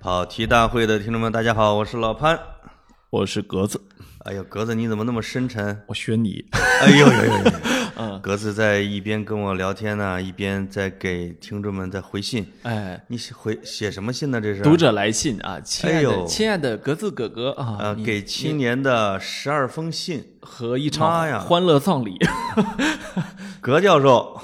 跑题大会的听众们，大家好，我是老潘。我是格子，哎呦，格子你怎么那么深沉？我选你。哎呦呦呦呦！ 格子在一边跟我聊天呢、一边在给听众们在回信。哎，你写回写什么信呢？这是 读者来信啊，亲爱的、哎呦亲爱的格子哥哥啊，呃，你给青年的十二封信。和一妈呀场欢乐葬礼。 格教授，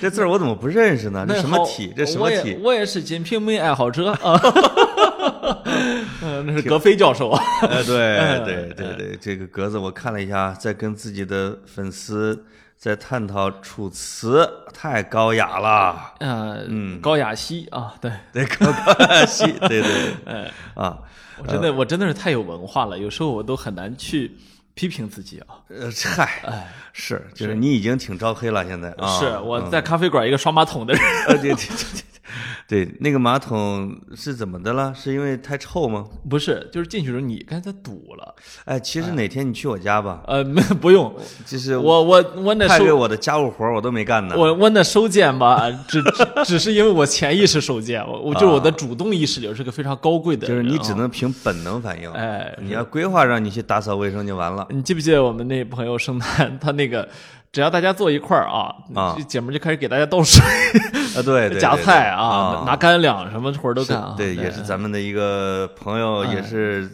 这字儿我怎么不认识呢？这那什么好体？这什么我也体？我也是仅平民爱好者啊。 嗯，那是格飞教授 啊。呃，对对哎对对，这个格子我看了一下，在跟自己的粉丝在探讨《楚辞》，太高雅了。呃，嗯高雅西啊，对对，高高西，对对 哎对，啊，我真的我真的是太有文化了，有时候我都很难去批评自己啊。呃，嗨，是，就是你已经挺招黑了，现在啊，哎是我在咖啡馆一个刷马 桶的人，呃，对对对对，对，那个马桶是怎么的了？是因为太臭吗？不是，就是进去的时候你刚才堵了，哎，其实哪天你去我家吧，呃，没不用，就是我我我那派时候给我的家务活儿我都没干呢。 我我那收件吧，只只只是因为我潜意识收件，我我就是我的主动意识流是个非常高贵的啊就人是啊，你只能凭本能反应，哎你要规划让你去打扫卫生就完了。你记不记得我们那朋友圣诞他那个，只要大家坐一块儿啊，啊这姐们就开始给大家倒水、啊，对，对对 夹对菜啊啊，，拿干粮什么活儿都是干啊，哎对，也是咱们的一个朋友，也是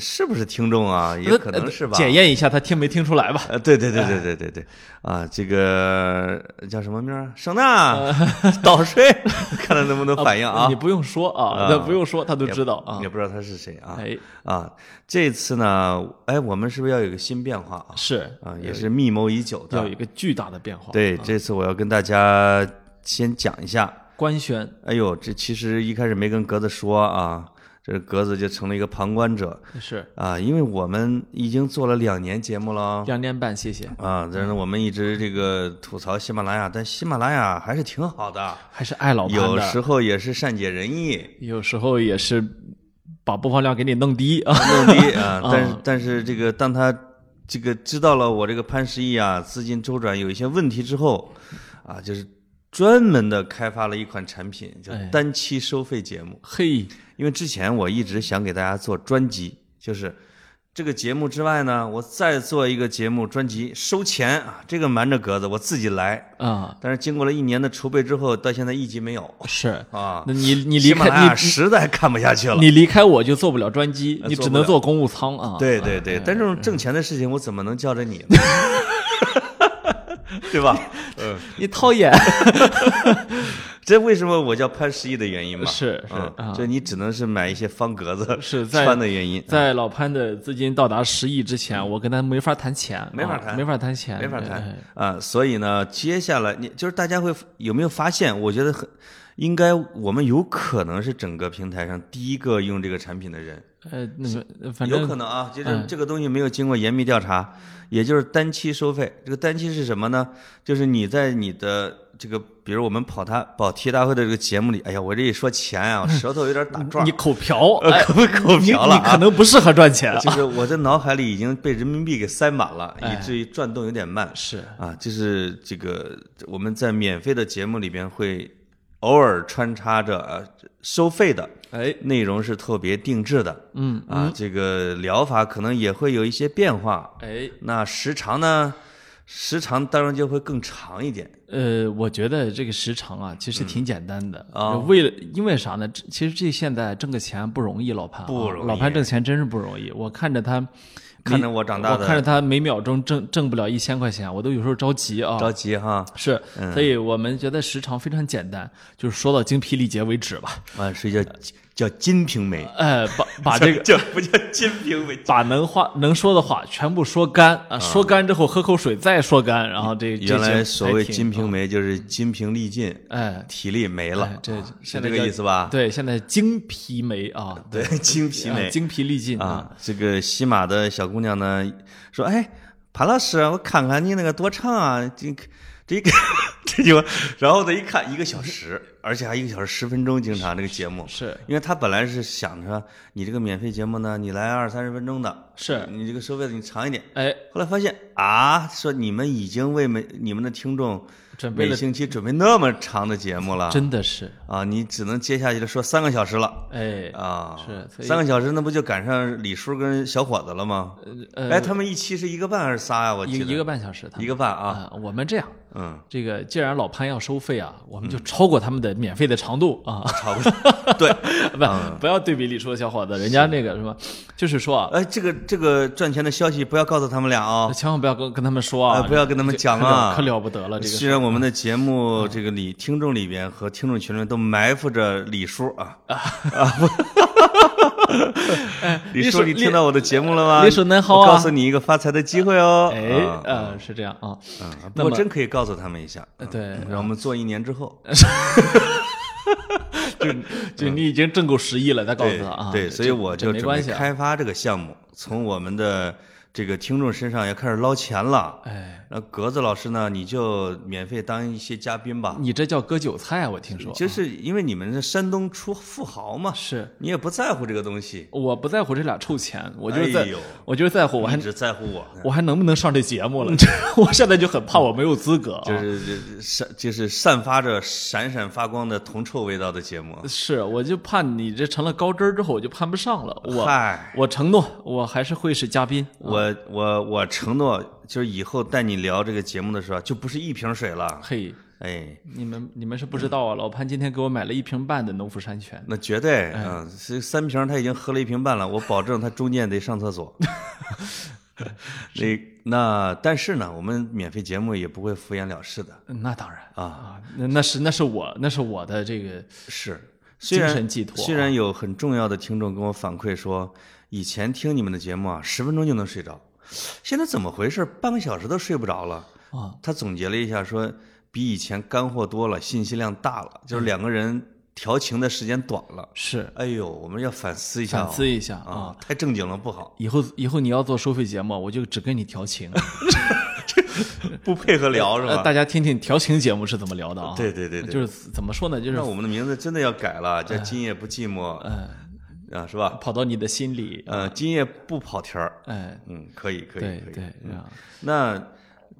是不是听众啊？也那可能是吧。检验一下他听没听出来吧？呃，对对对对哎对对对，啊，这个叫什么名儿？盛娜 倒睡，看他能不能反应啊你？不用说啊啊，那不用说他都知道啊也。不知道他是谁啊？哎，啊，这次呢，哎，我们是不是要有个新变化啊？是啊，也是密谋已久要有的一。个巨大的变化。，啊对，这次我要跟大家先讲一下。官宣哎呦，这其实一开始没跟格子说啊，这格子就成了一个旁观者是啊，因为我们已经做了两年节目了啊。两年半，谢谢，啊，但嗯是我们一直这个吐槽喜马拉雅，但喜马拉雅还是挺好的，还是爱老潘的。有时候也是善解人 意，有时候也是把播放量给你弄低啊。 弄低啊。但是但是这个当他这个知道了我这个潘石屹啊资金周转有一些问题之后，啊，就是专门的开发了一款产品，叫哎单期收费节目。嘿，因为之前我一直想给大家做专辑，就是这个节目之外呢，我再做一个节目专辑收钱啊，这个瞒着格子我自己来。啊，但是经过了一年的储备之后，到现在一集没有是，啊。那你你喜离马拉雅开实在看不下去了你。你离开我就做不了专辑，呃你做只不能了做公务舱啊。对对对，但这种挣钱的事情，我怎么能叫着你 呢？对吧？嗯，你讨厌 这为什么我叫潘石屹的原因嘛？是是嗯啊就你只能是买一些方格子 是在穿的原因，在老潘的资金到达十亿之前，我跟他没法谈钱，没法啊谈没法谈钱，嗯没法谈哎。啊、所以呢，接下来你就是大家会有没有发现？我觉得很应该，我们有可能是整个平台上第一个用这个产品的人。呃，那个反有可正能啊，就是嗯这个东西没有经过严密调查，也就是单期收费。这个单期是什么呢？就是你在你的这个，比如我们跑他跑题大会的这个节目里，哎呀，我这一说钱啊，我舌头有点打转嗯你，口瓢，哎，呃口口你瓢了你可啊。能不适合赚钱。就是我这脑海里已经被人民币给塞满了，哎以至于转动有点慢是啊。就是这个我们在免费的节目里边会偶尔穿插着呃收费的，哎，内容是特别定制的，嗯啊，这个疗法可能也会有一些变化。哎，那时长呢？时长当然就会更长一点。呃，我觉得这个时长啊，其实挺简单的啊为了，因为啥呢？这其实这现在挣个钱不容易，老潘啊不容易老潘挣钱真是不容易。我看着他每，看着我长大的我看着他每秒钟挣挣不了一千块钱，我都有时候着急啊。着急哈，是，嗯所以我们觉得时长非常简单，就是说到精疲力竭为止吧。啊，是 叫叫《金瓶梅》呃，把把这 个。叫不叫《金瓶梅》？把能话能说的话全部说干啊，说干之后喝口水再说干，然后 这嗯原来这所谓《还挺金瓶梅》就是金瓶力尽，哎，体力没了哎，这啊是现这在个叫意思吧？对，现在精疲梅啊，对， 金瓶梅啊精疲力尽啊，啊，这个西马的小姑娘呢说：“哎，潘老师，我看看你那个多长啊？这这个 这就然后呢，一看一个小时，而且还一个小时十分钟，经常这个节目，是因为他本来是想着你这个免费节目呢，你来二三十分钟的，是你这个收费的你长一点。哎，后来发现啊，说你们已经为每你们的听众准备每了，星期准备那么长的节目了真的是，啊，你只能接下去的说三个小时了哎，啊，是所以三个小时，那不就赶上李叔跟小伙子了吗？呃，哎，他们一期是一个半还是仨呀？我一记得一个半小时，他一个半啊，啊，我们这样，嗯，这个既然老潘要收费啊，我们就超过他们的免费的长度啊，差不多。嗯 对，嗯不不要对比李叔的小伙子，人家那个什么，就是说啊，哎，这个这个赚钱的消息不要告诉他们俩啊、千万不要跟跟他们说哎 啊，不要跟他们讲可了啊可。了不得了，这个啊嗯虽然我们的节目这个里听众里边和听众群里面都埋伏着李叔啊 啊，不李叔，哎李你叔听到我的节目了吗？李叔您好啊我告诉你一个发财的机会哦。哎，啊呃，是这样啊，啊不那过么真可以告诉他们一下，啊呃对，让我们做一年之后，就就你已经挣够十亿了，再告诉嗯对他啊，对，所以这我这就没准关备系啊，开发这个项目，从我们的这个听众身上要开始捞钱了。哎，那格子老师呢，你就免费当一些嘉宾吧，你这叫割韭菜啊，我听说就是因为你们是山东出富豪嘛，是。你也不在乎这个东西，我不在乎这俩臭钱，我就是在，哎呦我就是在乎，我还你只在乎我，我还能不能上这节目了？ 我现在就很怕我没有资格、啊。就是散就是散发着闪闪发光的铜臭味道的节目。是，我就怕你这成了高枝儿之后，我就攀不上了。我嗯嗨，我承诺，我还是会是嘉宾。我我我承诺，就是以后带你聊这个节目的时候，就不是一瓶水了，嘿，哎，你们你们是不知道啊，老潘今天给我买了一瓶半的农夫山泉。那绝对，哎嗯，是三瓶他已经喝了一瓶半了，我保证他中间得上厕 所。那那但是呢，我们免费节目也不会敷衍了事的，嗯那当然啊，那那是那是我那是我的这个是。虽精然神寄托啊虽然有很重要的听众跟我反馈说，以前听你们的节目啊，十分钟就能睡着，现在怎么回事？半个小时都睡不着了。啊，他总结了一下说，比以前干货多了，信息量大了，嗯就是两个人调情的时间短了。是哎呦，我们要反思一下、哦，反思一下啊。啊，太正经了不 好。以后以后你要做收费节目，我就只跟你调情，不配合聊是呃吧？大家听听调情节目是怎么聊的啊？对对对对，就是怎么说呢，就是那我们的名字真的要改了，叫“今夜不寂寞”，啊，是吧？哎跑到你的心里，呃，今夜不跑题儿，哎，嗯，可以可以对可以。嗯对啊，那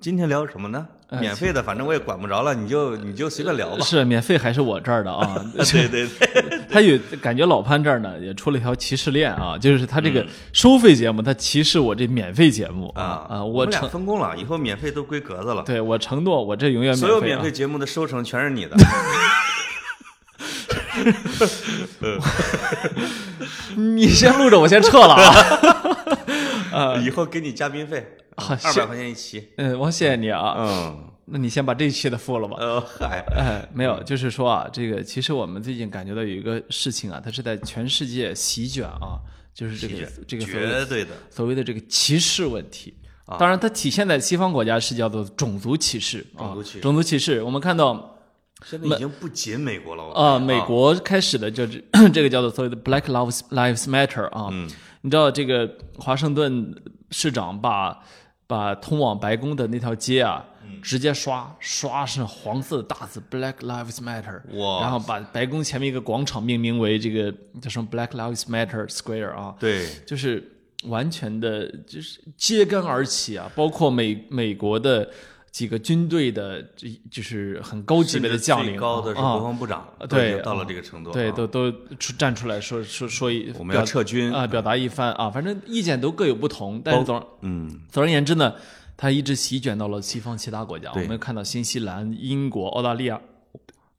今天聊什么呢？呃免费的，反正我也管不着了，你就你就随便聊吧。是免费还是我这儿 的啊？对对对，他有感觉老潘这儿呢也出了一条歧视链啊，就是他这嗯个收费节目，他歧视我这免费节目 啊啊！我我们俩承分工了，以后免费都归格子了，对我承诺，我这永远所有免免费费节目的收成全是你的。啊。 你先录着，我先撤了 啊。以后给你嘉宾费，啊二百块钱一期。嗯，我谢谢你啊。嗯，那你先把这一期的付了吧。呃，嗨，哎， 嗯没有，就是说啊，这个其实我们最近感觉到有一个事情啊，它是在全世界席卷啊，就是这个这个所谓绝对的，所谓的这个歧视问题。啊啊当然，它体现在西方国家是叫做种族歧视啊种族歧，视种族歧视。我们看到现在已经不仅美国了。我啊，看美国开始的就是 这个叫做所谓的 Black Lives Lives Matter 啊，嗯你知道这个华盛顿市长把把通往白宫的那条街啊，嗯直接刷刷上黄色的大字 Black Lives Matter，哇然后把白宫前面一个广场命名为这个叫什么 Black Lives Matter Square 啊，对，就是完全的，就是揭竿而起啊！包括美美国的几个军队的，这就是很高级别的将甚领至最啊，高的是国防部长，啊都已对经到了这个程度。对，啊，都都出站出来说说说一，我们要撤军表啊，表达一番啊，反正意见都各有不同，但是总嗯，总而言之呢，它一直席卷到了西方其他国家。我对们看到新西兰、英国、澳大利亚、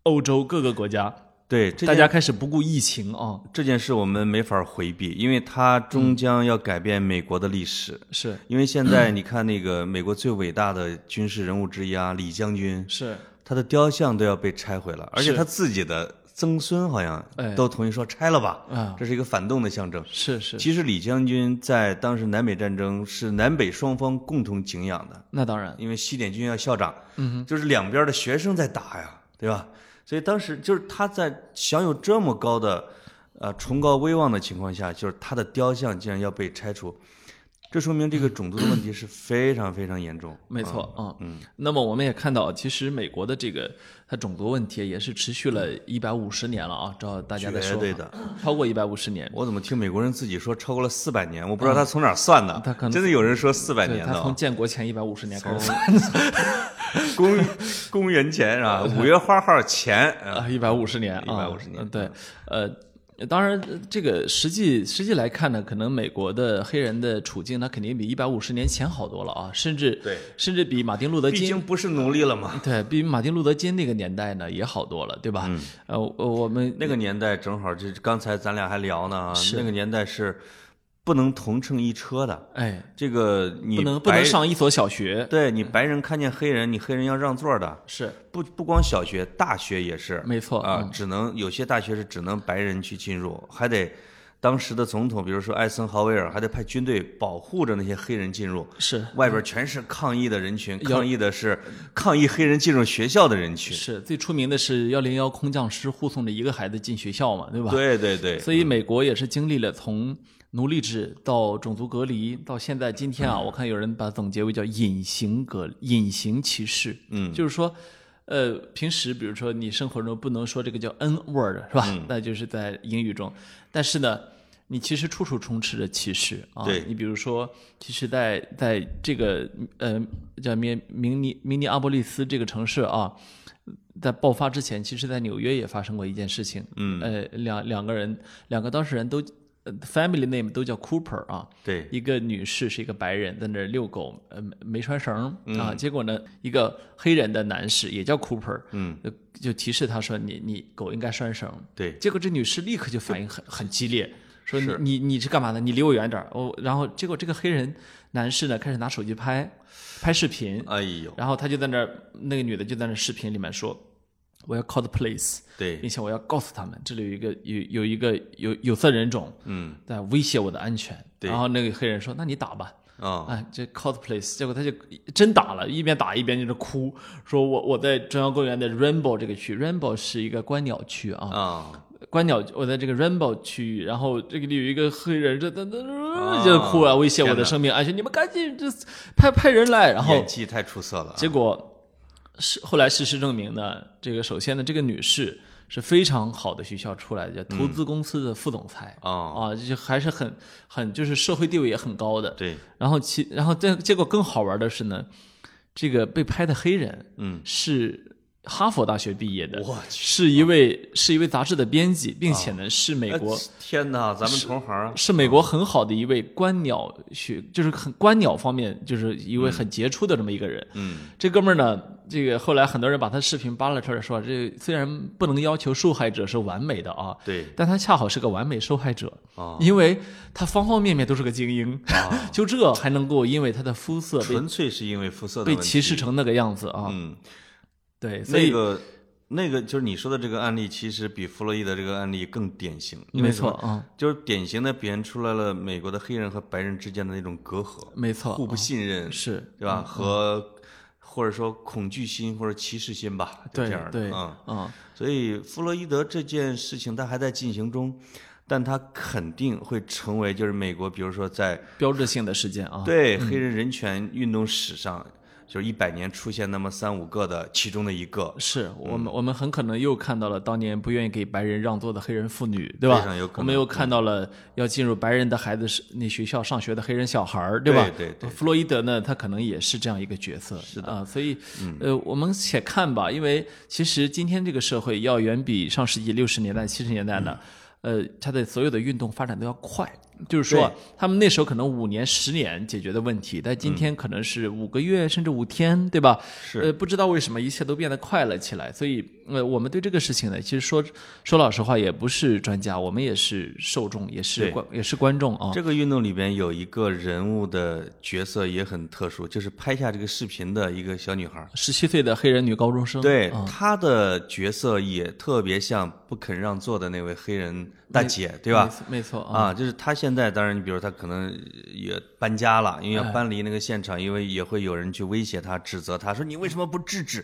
欧洲各个国家，对，这大件家开始不顾疫情啊，这件事我们没法回避，因为它终将要改变美国的历史。是因为现在你看，那个美国最伟大的军事人物之一啊，李将军，是，他的雕像都要被拆毁了，而且是他自己的曾孙好像哎都同意说拆了吧，啊这是一个反动的象征。是是，其实李将军在当时南北战争是南北双方共同敬仰的，那当然，因为西点军校校长，嗯，就是两边的学生在打呀，对吧？所以当时就是他在享有这么高的，呃，崇高威望的情况下，就是他的雕像竟然要被拆除，这说明这个种族的问题是非常非常严重。没错啊，嗯，那么我们也看到，其实美国的这个它种族问题也是持续了一百五十年了啊，照大家的说法，绝嗯对的超过一百五十年，我怎么听美国人自己说超过了四百年？我不知道他从哪儿算的。他可能真的有人说四百对，年它的从哦，建国前一百五十年开始算公公元前是 吧？五月花号前啊，啊，一百五十年， 150年嗯啊，对，呃，当然，呃这个实际实际来看呢，可能美国的黑人的处境，它肯定比一百五十年前好多了啊，甚至对，甚至比马丁路德毕金竟不是奴隶了嘛。对比马丁路德金那个年代呢也好多了，对吧？嗯、呃，我我们那个年代正好，这刚才咱俩还聊呢，啊，那个年代是不能同乘一车的。哎，这个你不能不白能上一所小学，对你白人看见黑人，你黑人要让座的，是不不光小学，大学也是，没错嗯啊，只能有些大学是只能白人去进入，还得当时的总统，比如说艾森豪威尔，还得派军队保护着那些黑人进入，是外边全是抗议的人群，要抗议的是抗议黑人进入学校的人群，是，最出名的是幺零幺空降师护送着一个孩子进学校嘛，对吧？对对对，嗯所以美国也是经历了从奴隶制到种族隔离，到现在今天啊，嗯我看有人把它总结为叫隐形隔隐形歧视，嗯，就是说。呃，平时比如说你生活中不能说这个叫 N word 是吧？嗯那就是在英语中，但是呢，你其实处处充斥着歧视啊。对你比如说，其实在，在这个呃叫明明尼明尼阿波利斯这个城市啊，在爆发之前，其实，在纽约也发生过一件事情。嗯，呃，两两个人，两个当事人都、呃、family name 都叫 Cooper 啊。对，一个女士是一个白人，在那儿遛狗，呃，没没穿绳儿嗯啊。结果呢，一个黑人的男士也叫 Cooper，嗯，就就提示他说你你狗应该拴绳儿。对，结果这女士立刻就反应很很激烈，说你是你你是干嘛的？你离我远点儿。哦，然后结果这个黑人男士呢开始拿手机拍拍视频，哎呦，然后他就在那儿，那个女的就在那视频里面说，我要 call the police，并对，且我要告诉他们这里有一个有有一个有有色人种嗯在威胁我的安全。对然后那个黑人说，那你打吧。啊、哎，这 call the police，结果他就真打了，一边打一边就在哭，说我我在中央公园的 Rainbow 这个区，Rainbow 是一个观鸟区啊，啊，观鸟，我在这个 Rainbow 区域，然后这个里有一个黑人，这这这啊这就哭啊，威胁我天的哪生命安全，你们赶紧这派派人来。然后演技太出色了啊，结果是后来事实证明呢，这个首先呢，这个女士是非常好的学校出来的，投嗯资公司的副总裁、啊，啊，就还是很很就是社会地位也很高的。对，然后其然后这结果更好玩的是呢，这个被拍的黑人，嗯，是哈佛大学毕业的，我去是一位是一位杂志的编辑，并且呢是美国哎天哪，咱们同行啊，是美国很好的一位观鸟学，就是很观鸟方面就是一位很杰出的这么一个人。嗯，这哥们儿呢，这个后来很多人把他视频扒拉出来说，这虽然不能要求受害者是完美的啊，对，但他恰好是个完美受害者，啊、因为他方方面面都是个精英， 就这还能够因为他的肤色被哦纯粹是因为肤色的被问题歧视成那个样子啊。嗯，对，所以、那个那个就是你说的这个案例，其实比弗洛伊德这个案例更典型，因为没什错么，啊、就是典型的表现出来了美国的黑人和白人之间的那种隔阂、没错，互不信任，是嗯对吧？和或者说恐惧心或者歧视心吧，就对这样对的啊、嗯所以弗洛伊德这件事情，它还在进行中。但它肯定会成为，就是美国，比如说在标志性的事件啊。对黑人人权运动史上，就是一百年出现那么三五个的其中的一个，是我嗯们、我们很可能又看到了当年不愿意给白人让座的黑人妇女，对吧？非常有可能嗯我们又看到了要进入白人的孩子是那学校上学的黑人小孩儿，对吧？对对对弗洛伊德呢，他可能也是这样一个角色。是的啊、所以、嗯呃，我们且看吧，因为其实今天这个社会要远比上世纪六十年代、七十年代呢。嗯呃，它的所有的运动发展都要快，就是说，他们那时候可能五年、十年解决的问题，但今天可能是五个月甚至五天，对吧？是呃，不知道为什么一切都变得快了起来，所以呃，我们对这个事情呢，其实说说老实话，也不是专家，我们也是受众，也是对观也是观众啊。这个运动里边有一个人物的角色也很特殊，就是拍下这个视频的一个小女孩儿。十七岁的黑人女高中生，对啊，她的角色也特别像不肯让座的那位黑人大姐，对吧？？没错没错啊，啊，就是她现在，当然，你比如她可能也搬家了，因为哎要搬离那个现场，因为也会有人去威胁她、指责她，说你为什么不制止？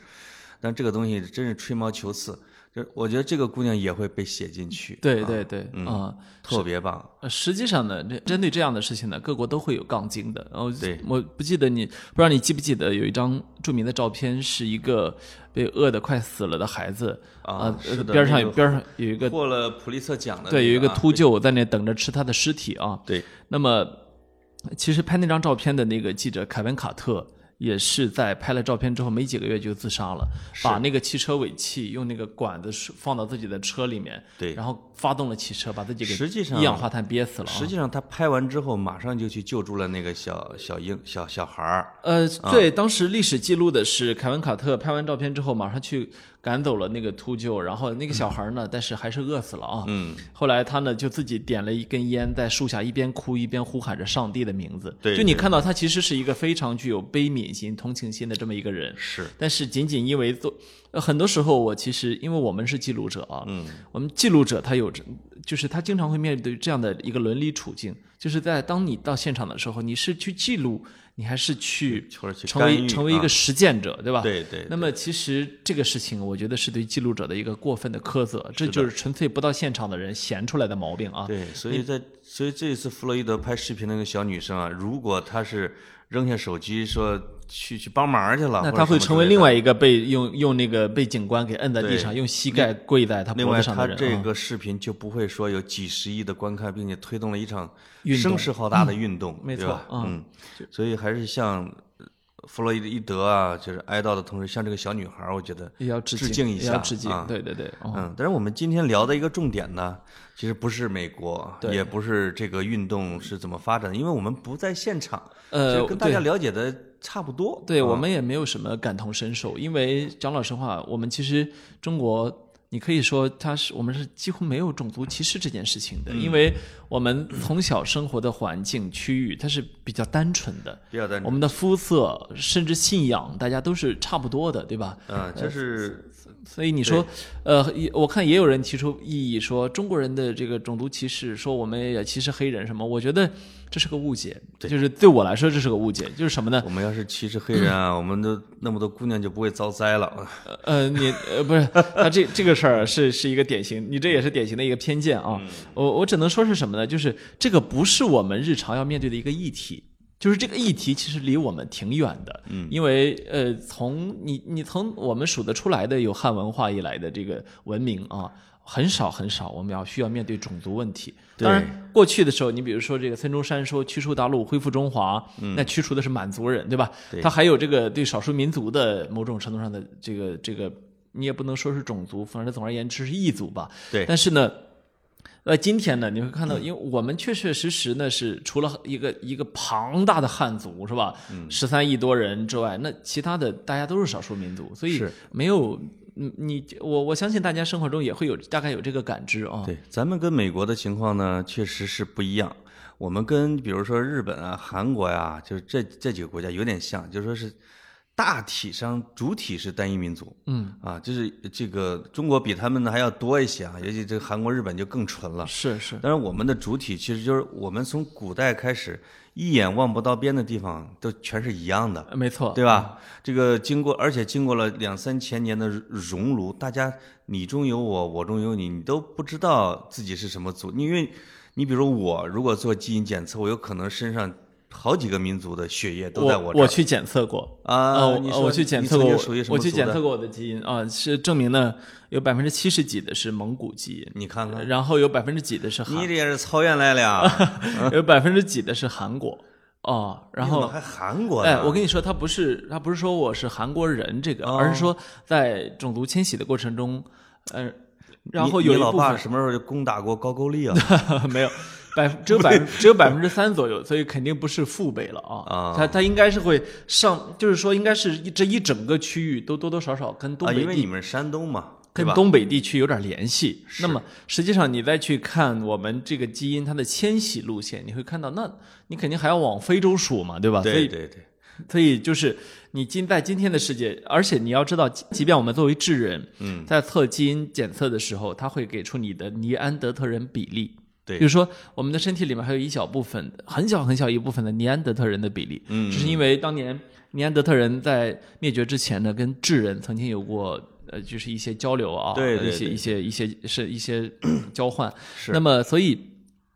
但这个东西真是吹毛求疵。就是我觉得这个姑娘也会被写进去，对啊对对，嗯啊特别棒，呃实际上呢，这针对这样的事情呢，各国都会有杠精的。然后对我不记得你，不知道你记不记得有一张著名的照片，是一个被饿得快死了的孩子啊是呃的边上那有个边上有一个获了普利策奖的那啊，对，有一个秃鹫在那等着吃他的尸体啊。对，那么，其实拍那张照片的那个记者凯文·卡特，也是在拍了照片之后没几个月就自杀了，把那个汽车尾气用那个管子是放到自己的车里面，对然后发动了汽车，把自己给实际上一氧化碳憋死了、实啊。际上，他拍完之后，马上就去救助了那个小小婴小小孩儿。呃，啊对，当时历史记录的是凯文·卡特拍完照片之后，马上去赶走了那个秃鹫，然后那个小孩呢，但是还是饿死了啊。嗯，后来他呢就自己点了一根烟，在树下一边哭一边呼喊着上帝的名字。对就你对看到他其实是一个非常具有悲悯心、同情心的这么一个人。是，但是仅仅因为做，呃很多时候我其实因为我们是记录者啊，嗯，我们记录者他有着，就是他经常会面对这样的一个伦理处境，就是在当你到现场的时候，你是去记录，你还是去或者去成为干预成为一啊个实践者，对吧？对对那么其实这个事情，我觉得是对记录者的一个过分的苛责，这就是纯粹不到现场的人闲出来的毛病啊。对，所以在所以这一次弗洛伊德拍视频那个小女生啊，如果她是扔下手机说去去帮忙去了，那或者他会什么之成为类另的外一个被用用那个被警官给摁在地对上，用膝盖跪在他另脖外，子上他的人啊。这个视频就不会说有几十亿的观看，并且推动了一场运动嗯声势浩大的运动，没对错吧啊嗯，所以还是向弗洛伊德啊，就是哀悼的同时，向这个小女孩儿，我觉得也要致致敬，一也下，要致敬。啊、对对对，哦嗯，但是我们今天聊的一个重点呢，其实不是美国，对也不是这个运动是怎么发展的，因为我们不在现场，呃其实跟大对家了解的差不多。对啊我们也没有什么感同身受，因为讲老实话，我们其实中国，你可以说它是我们是几乎没有种族歧视这件事情的，嗯因为我们从小生活的环境区域它是比较单纯的，比较单我纯，们的肤色甚至信仰，大家都是差不多的，对吧？嗯，就是所以你说，呃，也我看也有人提出异议说，中国人的这个种族歧视，说我们也歧视黑人什么，我觉得这是个误解，就是对我来说这是个误解，就是什么呢？我们要是歧视黑人啊，我们的那么多姑娘就不会遭灾了。 呃，你呃不是他这这个事儿是是一个典型，你这也是典型的一个偏见啊。我我只能说是什么呢？就是这个不是我们日常要面对的一个议题。就是这个议题其实离我们挺远的，嗯，因为呃，从你你从我们数得出来的有汉文化以来的这个文明啊，很少很少，我们要需要面对种族问题。对当然，过去的时候，你比如说这个孙中山说驱除大陆，恢复中华，那驱除的是满族人，对吧？嗯对他还有这个对少数民族的某种程度上的这个这个，你也不能说是种族，反正总而言之是异族吧。对，但是呢，呃，今天呢，你会看到，因为我们确确实实呢是除了一个一个庞大的汉族是吧，嗯十三亿多人之外，那其他的大家都是少数民族，所以是没有嗯你我我相信大家生活中也会有大概有这个感知啊。对，咱们跟美国的情况呢，确实是不一样。我们跟比如说日本啊、韩国呀、就是这这几个国家有点像，就说是大体上主体是单一民族，嗯啊，就是这个中国比他们呢还要多一些啊，尤其这个韩国、日本就更纯了。是是，但是我们的主体其实就是我们从古代开始一眼望不到边的地方都全是一样的，呃没错，对吧？这个嗯经过，而且经过了两三千年的熔炉，大家你中有我，我中有你，你都不知道自己是什么族，因为你比如我，如果做基因检测，我有可能身上好几个民族的血液都在我这儿去检测过，啊，呃，你我说我去检你测曾过经我属于，什我么去族检的测，过我的基因啊，是证明呢有百分之七十几的是蒙古基因，你看看，然后有百分之几的是你韩，这也是草原来的呀， 有百分之几的是韩国哦， 然你怎么后。还韩国呢？哎，我跟你说，他不是他不是说我是韩国人这个，哦而是说在种族迁徙的过程中，呃，然你后有你一老部爸分什么时候就攻打过高句丽啊？没有，百分只 有百分只有百分之三左右，所以肯定不是父辈了啊啊。他他应该是会上，就是说应该是一这一整个区域都多多少少跟 东啊，北因为地你们是山东嘛，对跟吧？东北地区有点联系。那么实际上你再去看我们这个基因它的迁徙路线，你会看到，那你肯定还要往非洲数嘛，对吧？所对以对对， 所以就是你今在今天的世界，而且你要知道，即即便我们作为智人，嗯，在测基因检测的时候，它会给出你的尼安德特人比例。对比如说我们的身体里面还有一小部分，很小很小一部分的尼安德特人的比例，嗯只是因为当年尼安德特人在灭绝之前呢，跟智人曾经有过呃，就是一些交流啊，对对对一些一些一些是 一些交换。是那么所以。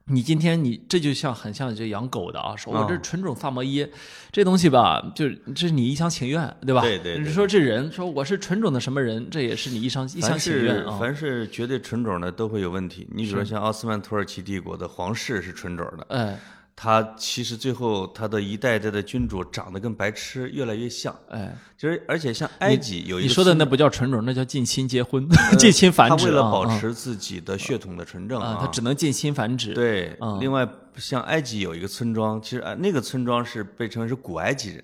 你今天你这就像很像这养狗的啊，说我嗯这纯种萨摩耶，这东西吧，就是这是你一厢情愿，对吧？对对对你说这人说我是纯种的什么人，这也是你一厢一厢凡情愿是啊。凡是绝对纯种的都会有问题。你比如说像奥斯曼土耳其帝国的皇室是纯种的，哎他其实最后他的一代代的君主长得跟白痴越来越像。哎，其实而且像埃及有一个你说的新那不叫纯种，那叫近亲结婚， 近亲繁他殖为啊。了保啊持自己的血统的纯正啊啊，，它只能近亲繁殖。对嗯。另外，像埃及有一个村庄，其实啊，那个村庄是被称为是古埃及人，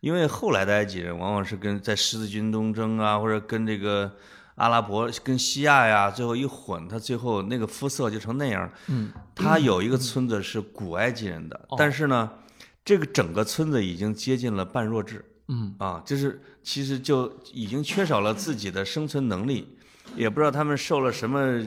因为后来的埃及人往往是跟在十字军东征啊，或者跟这个阿拉伯、跟西亚呀，最后一混，他最后那个肤色就成那样。嗯，他有一个村子是古埃及人嗯的，哦但是呢，这个整个村子已经接近了半弱智。嗯啊，就是其实就已经缺少了自己的生存能力，也不知道他们受了什么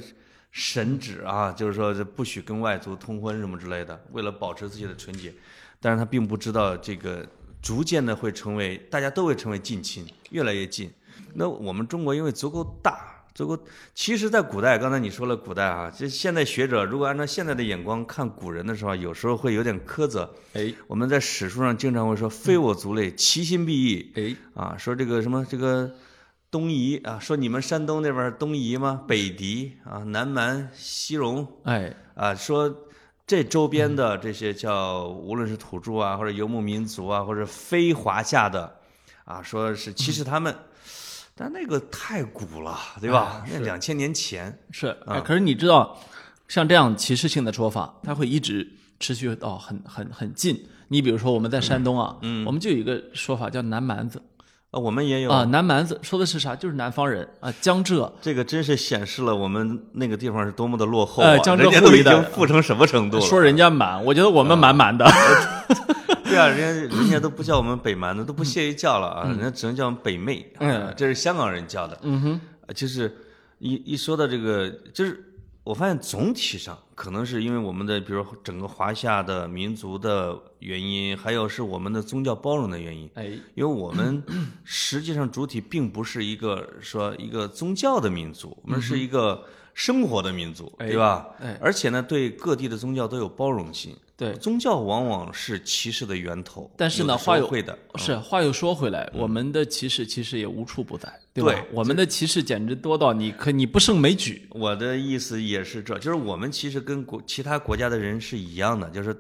神旨啊，就是说这不许跟外族通婚什么之类的，为了保持自己的纯洁，但是他并不知道这个逐渐的会成为大家都会成为近亲，越来越近。那我们中国因为足够大。足够，其实，在古代，刚才你说了古代啊，这现代学者如果按照现在的眼光看古人的时候啊，有时候会有点苛责。哎我们在史书上经常会说“非我族类，其心必异”，哎，啊，说这个什么这个东夷啊，说你们山东那边儿东夷吗？北狄啊，南蛮、西戎哎，啊，说这周边嗯的这些叫无论是土著啊，或者游牧民族啊，或者非华夏的啊，说是歧嗯视他们，但那个太古了，对啊吧？那两千年前，是，啊哎可是你知道，像这样歧视性的说法，它会一直持续到很很很近。你比如说，我们在山东啊，嗯，我们就有一个说法叫“南蛮子啊，我们也”有啊，“南蛮子”说的是啥？就是南方人啊，江浙，这个真是显示了我们那个地方是多么的落后啊！呃江浙人家都沪一已带呃经富成什么程度了？嗯说人家蛮，我觉得我们 蛮蛮的。对啊，人家人家都不叫我们北蛮的，都不屑于叫了啊，人家只能叫我们北妹。啊嗯，这是香港人叫的。嗯哼，就是一一说到这个，就是我发现总体上可能是因为我们的，比如说整个华夏的民族的原因，还有是我们的宗教包容的原因。哎，因为我们 实际上主体并不是一个说一个宗教的民族，我们是一个生活的民族，嗯哎对吧？哎而且呢，对各地的宗教都有包容性。对宗教往往是歧视的源头，但是有呢的时话候有会的，嗯是话又说回来，我们的歧视其实也无处不在，对吧对？我们的歧视简直多到你可你不胜枚举。我的意思也是这，就是我们其实跟国其他国家的人是一样的，就是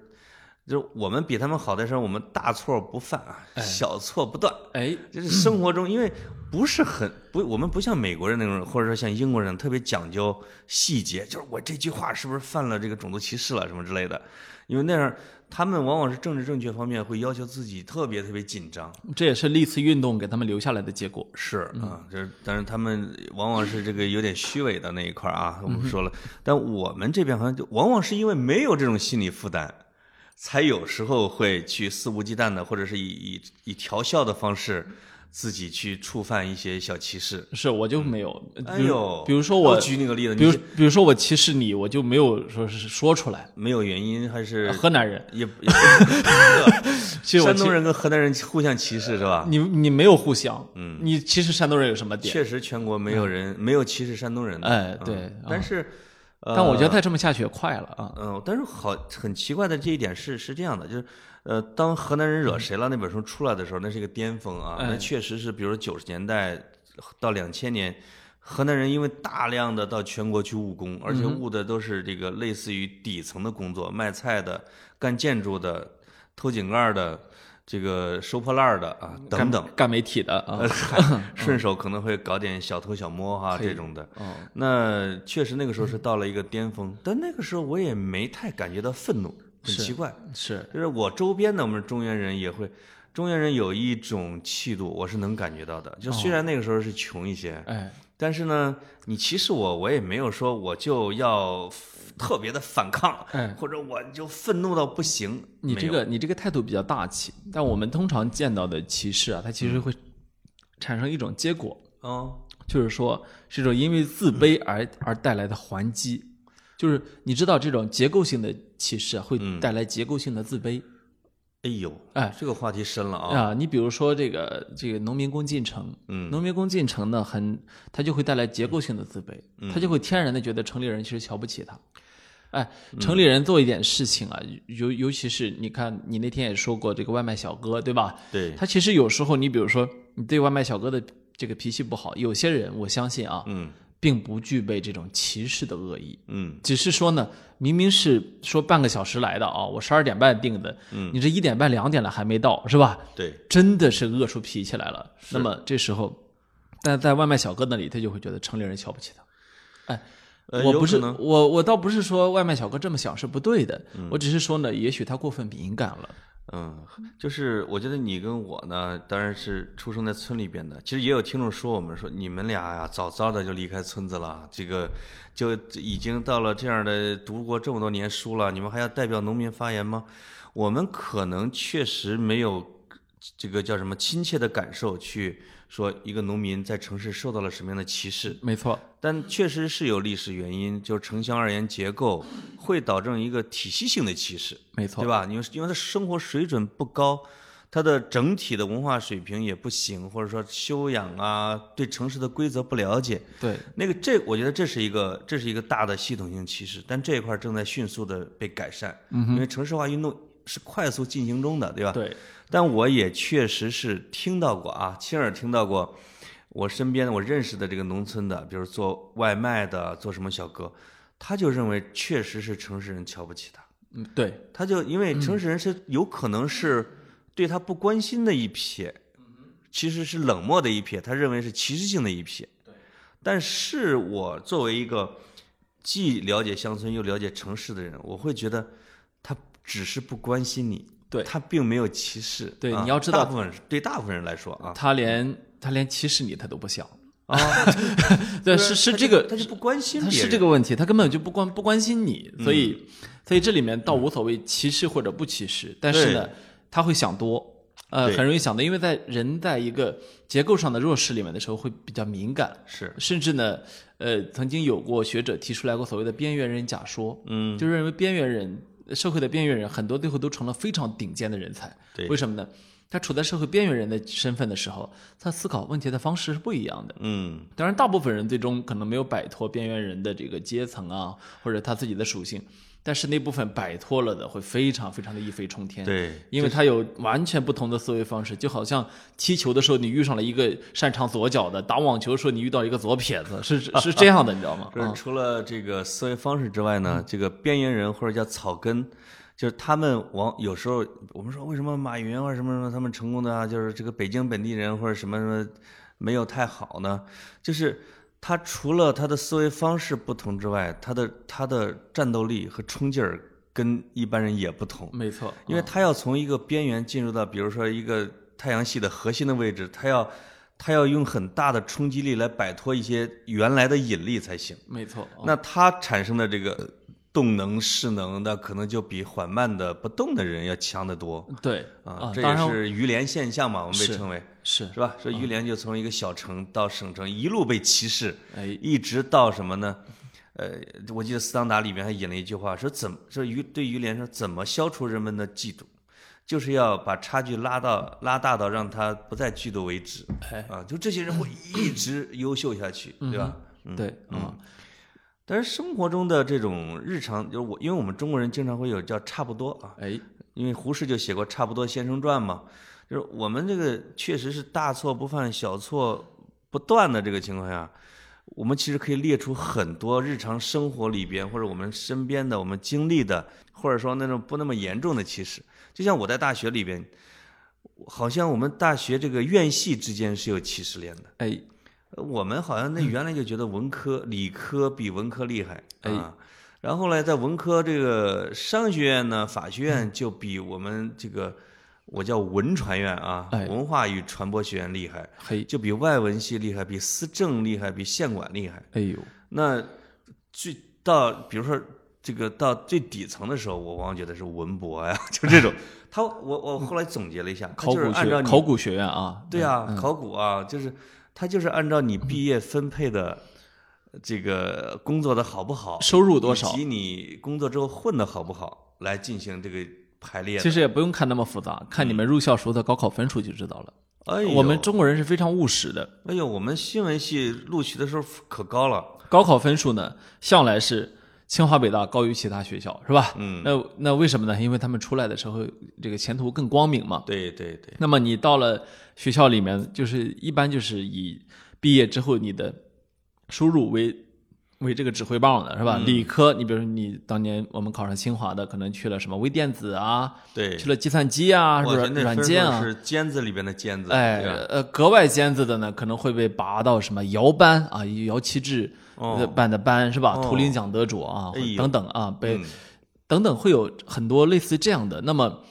就是我们比他们好的时候，我们大错不犯啊，小错不断。哎，就是生活中，因为不是很不，我们不像美国人那种，或者说像英国人特别讲究细节，就是我这句话是不是犯了这个种族歧视了什么之类的，因为那样他们往往是政治正确方面会要求自己特别特别紧张，这也是历次运动给他们留下来的结果。是啊，就是，但是他们往往是这个有点虚伪的那一块儿啊，我嗯们说了，但我们这边好像就往往是因为没有这种心理负担，才有时候会去肆无忌惮的，或者是以以以调笑的方式，自己去触犯一些小歧视。是我就没有，哎呃比如呦，比如说我，举你个例子，比如你比如说我歧视你，我就没有说是说出来。没有原因还是河南人，也也不呃其实我山歧东人跟河南人互相歧视是吧？你你没有互相，嗯，你歧视山东人有什么点？嗯确实，全国没有人没有歧视山东人的，嗯哎嗯对但是。呃但我觉得再这么下去也快了啊。嗯，但是好很奇怪的这一点是是这样的，就是呃，当河南人惹谁了那本书出来的时候，那是一个巅峰啊，那哎确实是，比如九十年代到两千年，河南人因为大量的到全国去务工，而且务的都是这个类似于底层的工作，卖菜的、干建筑的、偷井盖儿的、这个收破烂儿的啊等等，呃干媒体的 啊，顺手可能会搞点小偷小摸哈、这种的。哦，那确实那个时候是到了一个巅峰，但那个时候我也没太感觉到愤怒，很奇怪。是就是我周边的我们中原人也会，中原人有一种气度，我是能感觉到的。就哦虽然那个时候是穷一些，哎，但是呢，你歧视我，我也没有说我就要特别的反抗，哎或者我就愤怒到不行。你没这有个你这个态度比较大气，但我们通常见到的歧视啊，它其嗯实会产生一种结果，哦，就是说是一种因为自卑嗯而而带来的还击，嗯就是你知道这种结构性的歧视啊，会带来结构性的自卑。哎呦，哎，这个话题深了啊，啊，你比如说这个这个农民工进城，嗯农民工进城呢，很他就会带来结构性的自卑，嗯他就会天然的觉得城里人其实瞧不起他。哎，嗯城里人做一点事情啊，尤尤其是你看，你那天也说过这个外卖小哥，对吧？对，他其实有时候，你比如说你对外卖小哥的这个脾气不好，有些人我相信啊，嗯并不具备这种歧视的恶意，嗯只是说呢，明明是说半个小时来的啊，我十二点半定的，嗯你这一点半两点了还没到是吧？对，真的是饿出脾气来了。那么这时候，但在外卖小哥那里，他就会觉得城里人瞧不起他。呃，我有不是可能我，我倒不是说外卖小哥这么想是不对的，我只是说呢，也许他过分敏感了。嗯，就是我觉得你跟我呢，当然是出生在村里边的。其实也有听众说我们说你们俩呀，早早的就离开村子了，这个就已经到了这样的读过这么多年书了，你们还要代表农民发言吗？我们可能确实没有这个叫什么亲切的感受去说一个农民在城市受到了什么样的歧视。没错，但确实是有历史原因，就是城乡二元结构会导致一个体系性的歧视。没错对，吧？因为因为他生活水准不高，他的整体的文化水平也不行，或者说修养啊，对城市的规则不了解，对，那个这我觉得这是一个这是一个大的系统性歧视，但这一块儿正在迅速的被改善，因为城市化运动是快速进行中的，对吧？对，但我也确实是听到过啊，亲耳听到过，我身边的我认识的这个农村的，比如做外卖的，做什么小哥，他就认为确实是城市人瞧不起他。嗯，对，他就因嗯为城市人是有可能是对他不关心的一撇，嗯其实是冷漠的一撇，他认为是歧视性的一撇。但是我作为一个既了解乡村又了解城市的人，我会觉得他只是不关心你，对他并没有歧视。对啊你要知道大部分对大部分人来说啊他连他连歧视你他都不想。啊，对，他是是就这个他就不关心嗯他别是人这个问题，他根本就不关不关心你，所以、所以这里面倒无所谓歧视或者不歧视，但是呢，他会想多，呃，对很容易想多，因为在人在一个结构上的弱势里面的时候会比较敏感，是甚至呢，呃，曾经有过学者提出来过所谓的边缘人假说，嗯，就认为边缘人社会的边缘人很多最后都成了非常顶尖的人才，对为什么呢？他处在社会边缘人的身份的时候，他思考问题的方式是不一样的。嗯当然，大部分人最终可能没有摆脱边缘人的这个阶层啊，或者他自己的属性，但是那部分摆脱了的会非常非常的一飞冲天。，对因为他有完全不同的思维方式，就好像踢球的时候你遇上了一个擅长左脚的，打网球的时候你遇到一个左撇子，是是是这样的，你知道 吗？就是啊除了这个思维方式之外呢，这个边缘人或者叫草根，就是他们往有时候我们说为什么马云啊或者什么什么他们成功的啊，就是这个北京本地人或者什么什么没有太好呢？就是他除了他的思维方式不同之外，他的他的战斗力和冲劲儿跟一般人也不同。没错，嗯因为他要从一个边缘进入到，比如说一个太阳系的核心的位置，他要他要用很大的冲击力来摆脱一些原来的引力才行。没错，啊那它产生的这个动能、势能，那可能就比缓慢的不动的人要强得多对啊。这也哦当然是鱼联现象嘛，我们被是哦称为是，是吧？说鱼联就从一个小城到省城一路被歧视，哎，一直到什么呢？呃，我记得斯当达里面还引了一句话，说怎么说于对于连说怎么消除人们的嫉妒，就是要把差距拉到拉大到让他不再嫉妒为止。哎嗯啊，就这些人会一直优秀下去，对吧？对，嗯啊，但是生活中的这种日常，就是我，因为我们中国人经常会有叫差不多啊，哎，因为胡适就写过《差不多先生传》嘛，就是我们这个确实是大错不犯，小错不断的这个情况下，我们其实可以列出很多日常生活里边或者我们身边的我们经历的，或者说那种不那么严重的歧视。就像我在大学里边，好像我们大学这个院系之间是有歧视链的。哎，呃我们好嗯像那原来就觉得文科、理科比文科厉害哎啊，然后后来在文科这个商学院呢，法学嗯院就比我们这个我叫文传院啊，哎文化与传播学院厉害，嘿，就比外文系厉害，比思政厉害，比县管厉害。哎呦，那最到比如说这个到最底层的时候，我往往觉得是文博呀， 就这种。他我我后来总结了一下，他哎考就是古按照学你考古学院啊，对啊，考古啊，就是他就是按照你毕业分配的这个工作的好不好，收入多少以及你工作之后混的好不好来进行这个排列的。嗯其实也不用看那么复杂，看你们入校时候的高考分数就知道了。哎呦，我们中国人是非常务实的，哎呦，我们新闻系录取的时候可高了，高考分数呢，向来是清华北大高于其他学校，是吧？嗯，那那为什么呢？因为他们出来的时候，这个前途更光明嘛。对对对，那么你到了学校里面，就是一般就是以毕业之后你的收入为为这个指挥棒的，是嗯吧？理科，你比如说你当年我们考上清华的，可能去了什么微电子啊，对，去了计算机啊，是我不觉是得那软分数件啊？是尖子里边的尖子，哎对啊吧，呃，格外尖子的呢，可能会被拔到什么姚班啊，姚期智哦呃办的班、是吧？哦图灵奖得主啊，哎呦等等啊，被、嗯等等会有很多类似这样的。那么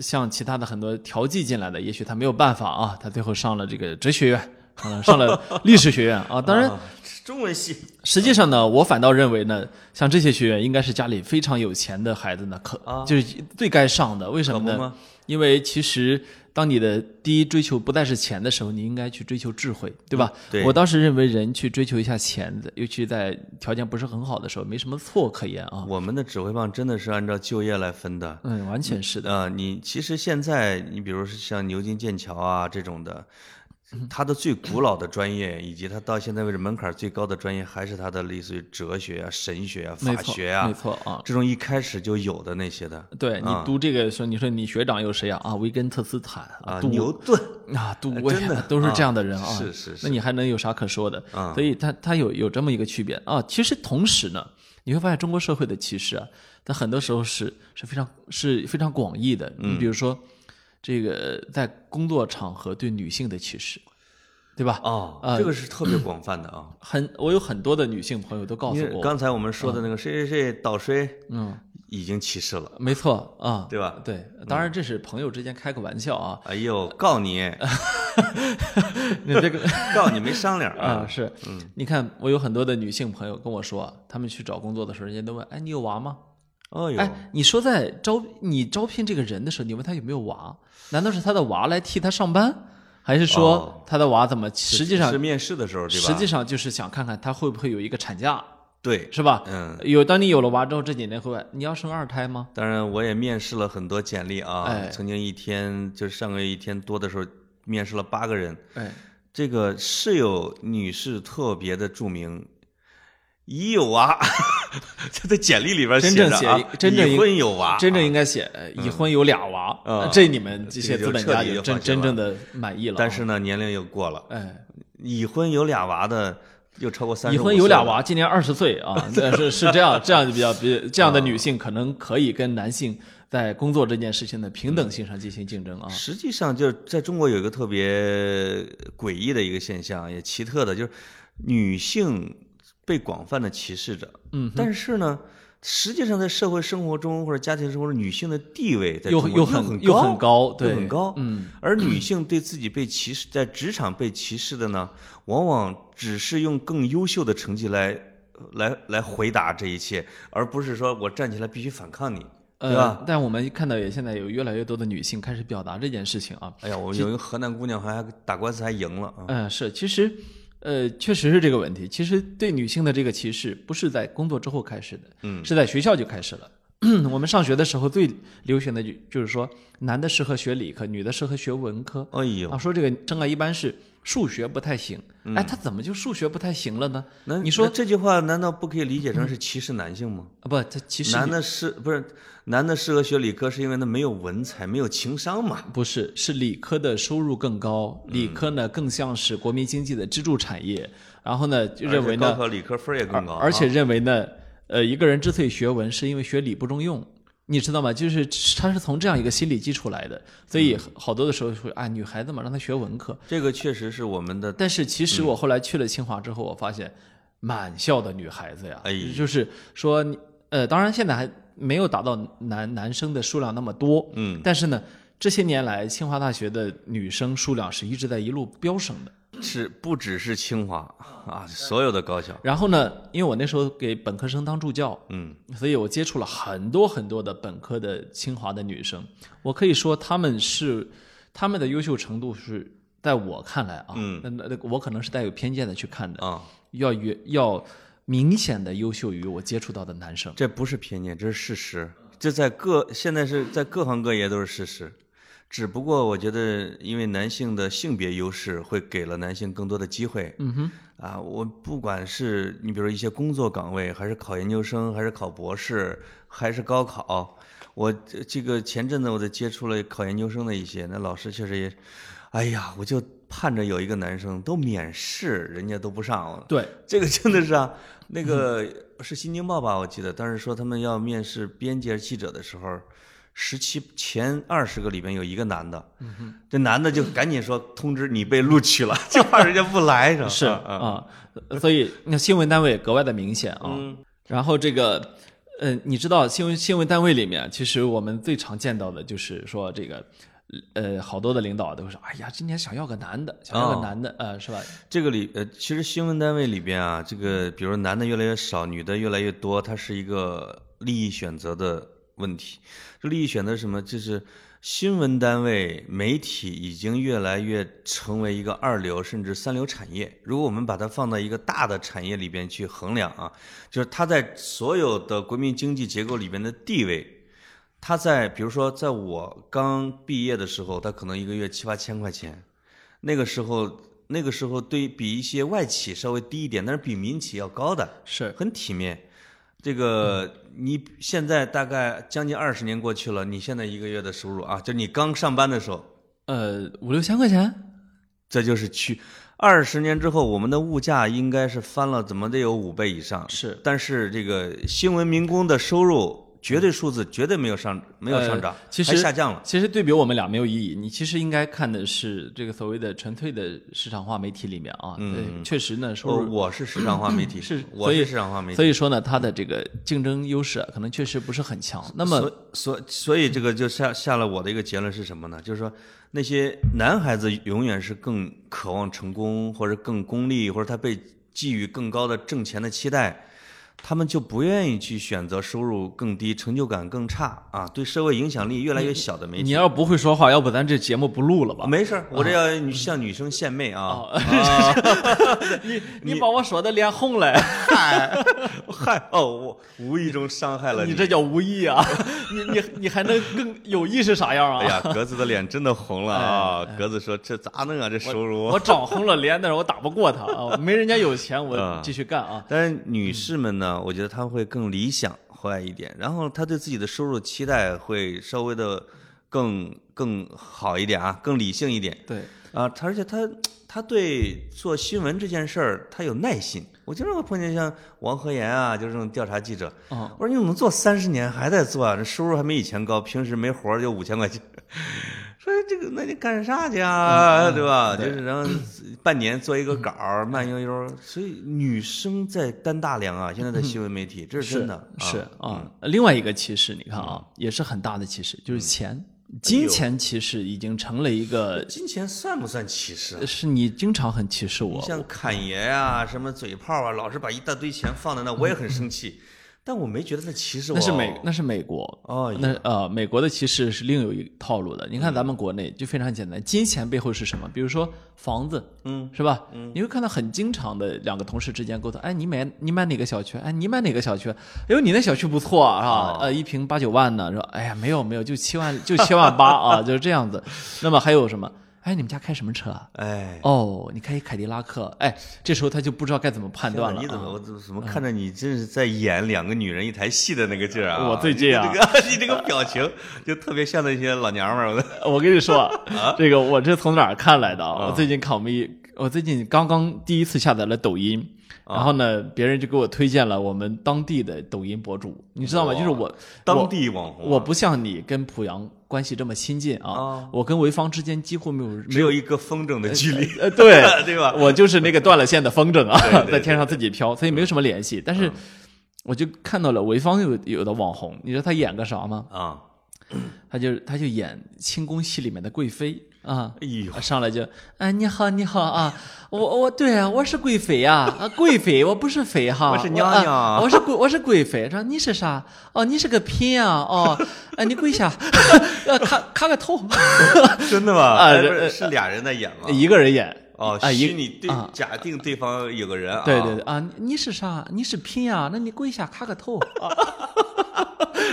像其他的很多调剂进来的，也许他没有办法啊，他最后上了这个哲学院，上了上了历史学院啊。当 然，啊中文系实际上呢，我反倒认为呢，像这些学院应该是家里非常有钱的孩子呢，可、啊就是最该上的。为什可么不呢？吗？因为其实当你的第一追求不再是钱的时候，你应该去追求智慧，对吧？嗯对我当时认为人去追求一下钱的，尤其在条件不是很好的时候，没什么错可言啊。我们的指挥棒真的是按照就业来分的，嗯，完全是的。啊、你其实现在你比如说像牛津、剑桥啊这种的，嗯它的最古老的专业，以及它到现在为止门槛最高的专业，还是它的类似于哲学啊、神学啊、没法错，学没啊嗯错啊。这种一开始就有的那些的对你读这个说，你说你学长有谁啊？啊，维根特斯坦啊，杜牛顿啊，杜威真的都是这样的啊人啊。是是是那你还能有啥可说的？啊所以他他有有这么一个区别啊。其实同时呢，你会发现中国社会的歧视啊，它很多时候是是非常是非常广义的。嗯你比如说，这个在工作场合对女性的歧视，对吧？哦，呃这个是特别广泛的啊。很，我有很多的女性朋友都嗯告因诉为我，嗯刚才我们说的那个谁谁谁倒水，嗯，已经歧视了。没错啊，对吧对，当然这是朋友之间开个玩笑啊，哎呦，告你，你 这 个。告你没商量 啊，啊！是，你看，我有很多的女性朋友跟我说啊，她们去找工作的时候，人家都问，哎，你有娃吗？哎呦，哎，你说在招你招聘这个人的时候，你问他有没有娃，难道是他的娃来替他上班，还是哦说他的娃怎么？实际上是，面试的时候对吧？实际上就是想看看他会不会有一个产假，对，是吧？嗯，有，当你有了娃之后，这几年会问你要生二胎吗？当然，我也面试了很多简历啊，哎曾经一天就是上个月一天多的时候，面试了八个人。哎，这个室友女士特别的著名，已有娃， 这在简历里边真写正着写啊，真正已应婚有娃，真正应该写呃已婚有俩娃，啊嗯呃这你们这些这就资本彻家底就就真放心真了正的满意了啊。但是呢年龄又过了，哎。已婚有俩娃的又超过三已十，婚有俩，娃，今年二十岁啊，这是是这样，这样就比较比这样的女性可能可以跟男性在工作这件事情的平等性上进行竞争啊。实际上，就是在中国有一个特别诡异的一个现象，也奇特的，就是女性被广泛的歧视着。嗯，但是呢，实际上在社会生活中或者家庭生活中，女性的地位在中又国又很很又很高，高，对，又很高。嗯，而女性对自己被歧视，在职场被歧视的呢，往往只是用更优秀的成绩来来来回答这一切，而不是说我站起来必须反抗你，对吧？呃，但我们看到也现在有越来越多的女性开始表达这件事情啊。哎呀，我有一个河南姑娘，还打官司还赢了啊！嗯、是，其实，呃，确实是这个问题。其实对女性的这个歧视，不是在工作之后开始的，嗯，是在学校就开始了。 我们上学的时候最流行的就就是说，男的适合学理科，女的适合学文科。哎呦，啊，说这个真爱一般是数学不太行，嗯哎，他怎么就数学不太行了呢？那你说那这句话难道不可以理解成是歧视男性吗？啊，不，他其实男的是不是男的适合学理科，是因为他没有文采，没有情商嘛？不是，是理科的收入更高，嗯理科呢更像是国民经济的支柱产业，然后呢就认为而且高呢，考理科分儿也更高，啊而且认为呢，呃，一个人之所以学文，是因为学理不中用。你知道吗？就是他是从这样一个心理基础来的，所嗯以好多的时候会啊，女孩子嘛，让她学文科。这个确实是我们的但是其嗯实我后来去了清华之后，我发现满校的女孩子呀，哎就是说你，呃，当然现在还没有达到男男生的数量那么多，嗯，但是呢，这些年来清华大学的女生数量是一直在一路飙升的。是不只是清华啊，所有的高校，然后呢，因为我那时候给本科生当助教，嗯，所以我接触了很多很多的本科的清华的女生，我可以说她们是她们的优秀程度是在我看来啊，嗯那那那我可能是带有偏见的去看的，啊，要远要明显的优秀于我接触到的男生。这不是偏见，这是事实。这在各现在是在各行各业都是事实，只不过我觉得，因为男性的性别优势，会给了男性更多的机会。嗯哼，啊，我不管是你比如一些工作岗位，还是考研究生，还是考博士，还是高考，我这这个前阵子我在接触了考研究生的一些，那老师确实也，哎呀，我就盼着有一个男生都免试，人家都不上，对，这个真的是啊，那个是《新京报》吧？我记得当时说他们要面试编辑还是记者的时候，十七前二十个里边有一个男的，这男的就赶紧说通知你被录取了， 就怕人家不来，是吧？是啊啊嗯啊，所以那新闻单位格外的明显啊。然后这个，呃，你知道新闻新闻单位里面，其实我们最常见到的就是说这个，呃，好多的领导都会说，哎呀，今年想要个男的，想要个哦男的，呃，是吧？这个里呃，其实新闻单位里边啊，这个比如男的越来越少，女的越来越多，它是一个利益选择的问题。这利益选择是什么？就是新闻单位媒体已经越来越成为一个二流甚至三流产业。如果我们把它放到一个大的产业里边去衡量啊，就是它在所有的国民经济结构里边的地位。它在比如说，在我刚毕业的时候，它可能一个月七八千块钱，那个时候，那个时候对比一些外企稍微低一点，但是比民企要高的，是很体面。这嗯个你现在大概将近二十年过去了，你现在一个月的收入啊，就你刚上班的时候，呃，五六千块钱，这就是去二十年之后，我们的物价应该是翻了，怎么得有五倍以上。是但是这个新闻民工的收入绝对数字绝对没有上没有上涨，呃其实还下降了。其实对比我们俩没有意义，你其实应该看的是这个所谓的纯粹的市场化媒体里面啊，嗯对，确实呢，收我入哦我是市场化媒体，是我所以是市场化媒体，所以说呢，它的这个竞争优势啊可能确实不是很强。那么，所所所以这个就下下了我的一个结论是什么呢？就是说那些男孩子永远是更渴望成功，或者更功利，或者他被寄予更高的挣钱的期待，他们就不愿意去选择收入更低、成就感更差啊，对社会影响力越来越小的媒嗯你体。啊要不会说话，要不咱这节目不录了吧？没事儿，我这要向女生献媚啊！哦你把我说的脸红了，嗨， 嗨，哦，我无意中伤害了你这叫无意 啊！你你你还能更有意是啥样哎啊？呀，格子的脸真的红了啊！哎格子说：“这咋弄啊？这收入我长红了脸，但是我打不过他啊，没人家有钱，嗯我继续干啊。但是女士们呢，我觉得她们会更理想化一点，然后她对自己的收入期待会稍微的更更好一点啊，更理性一点对，啊。她而且她她对做新闻这件事儿，她有耐心。我经常会碰见像王和岩啊，就是这种调查记者，嗯我说你怎么做三十年还在做啊？这收入还没以前高，平时没活儿就五千块钱。说这个，那你干啥去嗯啊？对吧？就是然后半年做一个稿儿，慢悠悠。所以女生在担大梁啊，现在在新闻媒体，这是真的。嗯是啊嗯啊。另外一个歧视，你看啊，也是很大的歧视，就是钱，哎金钱歧视已经成了一个，金钱算不算歧视啊？是你经常很歧视你我。像侃爷啊，什么嘴炮啊，老是把一大堆钱放在那，我也很生气，但我没觉得他歧视我。嗯那是美，那是美国，哦，那呃，美国的歧视是另有一套路的。你看咱们国内就非常简单，金钱背后是什么？比如说房子，嗯，是吧？嗯，你会看到很经常的两个同事之间沟通，哎，你买你买哪个小区？哎，你买哪个小区？哎呦，你那小区不错啊，是吧哦呃，一平八九万呢，说，哎呀，没有没有，就七万就七万八 啊，就是这样子。那么还有什么？哎，你们家开什么车啊？哎，哦，你开凯迪拉克，哎，这时候他就不知道该怎么判断了、啊。你怎么我怎么看着你，真是在演两个女人一台戏的那个劲儿啊！我最近啊你这个 你这个表情就特别像那些老娘们儿。我 我跟你说，啊啊这个我这从哪儿看来的啊？我最近看我们一，我最近刚刚第一次下载了抖音，啊然后呢，别人就给我推荐了我们当地的抖音博主，你知道吗？哇就是我当我地网红啊，我不像你跟濮阳关系这么亲近啊啊，我跟潍坊之间几乎没有只有一个风筝的距离，呃， 对对吧我就是那个断了线的风筝啊，对对嗯 在天上自己飘，所以没有什么联系。但是我就看到了潍坊有有的网红，你知道他演个啥吗？啊！他就他就演清宫戏里面的贵妃啊。哎呦，上来就，哎，你好，你好啊，我我对啊，我是贵妃啊，啊，贵妃，我不是妃哈，我是娘娘啊我是贵，我是贵妃。说你是啥？哦，你是个嫔啊，哦，哎，你跪下， 呃，磕磕个 头，真的吗？啊哎这不是是俩人在演吗？一个人演。哦，啊，一虚拟对啊假定对方有个人啊，对对对啊，你你是啥？你是嫔啊？那你跪下磕个头。啊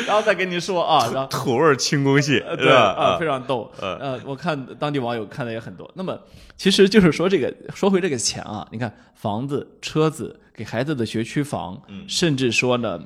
然后再跟你说 啊，然后土味清宫戏呃，是对吧？啊，非常逗。呃，我看当地网友看的也很多。那么，其实就是说这个，说回这个钱啊，你看房子、车子，给孩子的学区房，嗯甚至说呢，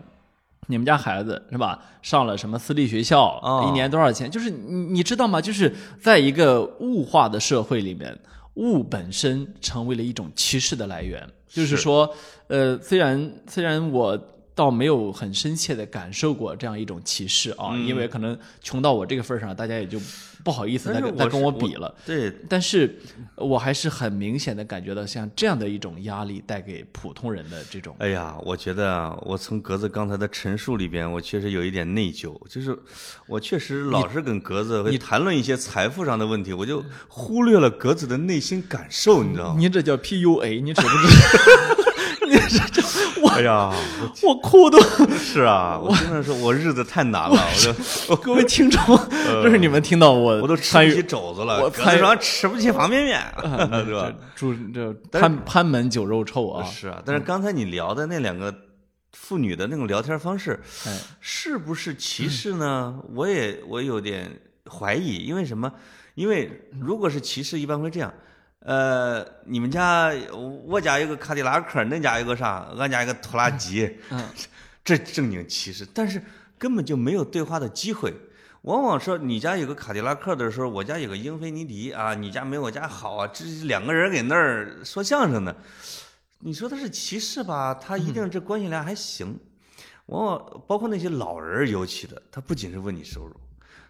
你们家孩子是吧，上了什么私立学校，哦一年多少钱？就是你你知道吗？就是在一个物化的社会里面，物本身成为了一种歧视的来源。就是说，呃，虽然虽然我倒没有很深切的感受过这样一种歧视啊，嗯因为可能穷到我这个份儿上，大家也就不好意思再但是跟我再跟是我我比了。对，但是，我还是很明显的感觉到，像这样的一种压力带给普通人的这种，哎呀，我觉得啊，我从格子刚才的陈述里边，我确实有一点内疚，就是我确实老是跟格子会谈论一些财富上的问题，我就忽略了格子的内心感受，你知道吗？你这叫 PUA，你知不知？ 你这这我哎呀，我 哭都。是啊，我真的是我日子太难了，我就各位听众，就是你们听到我，呃我都吃参不与起肘子了，我嗯格参子与说吃不起方便面， 对吧？？这这潘潘门酒肉臭啊！是啊，但是刚才你聊的那两个妇女的那种聊天方式，哎是不是歧视呢？我也我有点怀疑，因为什么？因为如果是歧视，一般会这样。呃，你们家我家有个卡迪拉克，恁家有个啥？俺家有个拖拉机，嗯 这正经歧视，但是根本就没有对话的机会。往往说你家有个卡迪拉克的时候，我家有个英菲尼迪啊，你家没我家好啊，这是两个人给那儿说相声呢。你说他是歧视吧？他一定这关系俩还行。往往包括那些老人儿尤其的，他不仅是问你收入，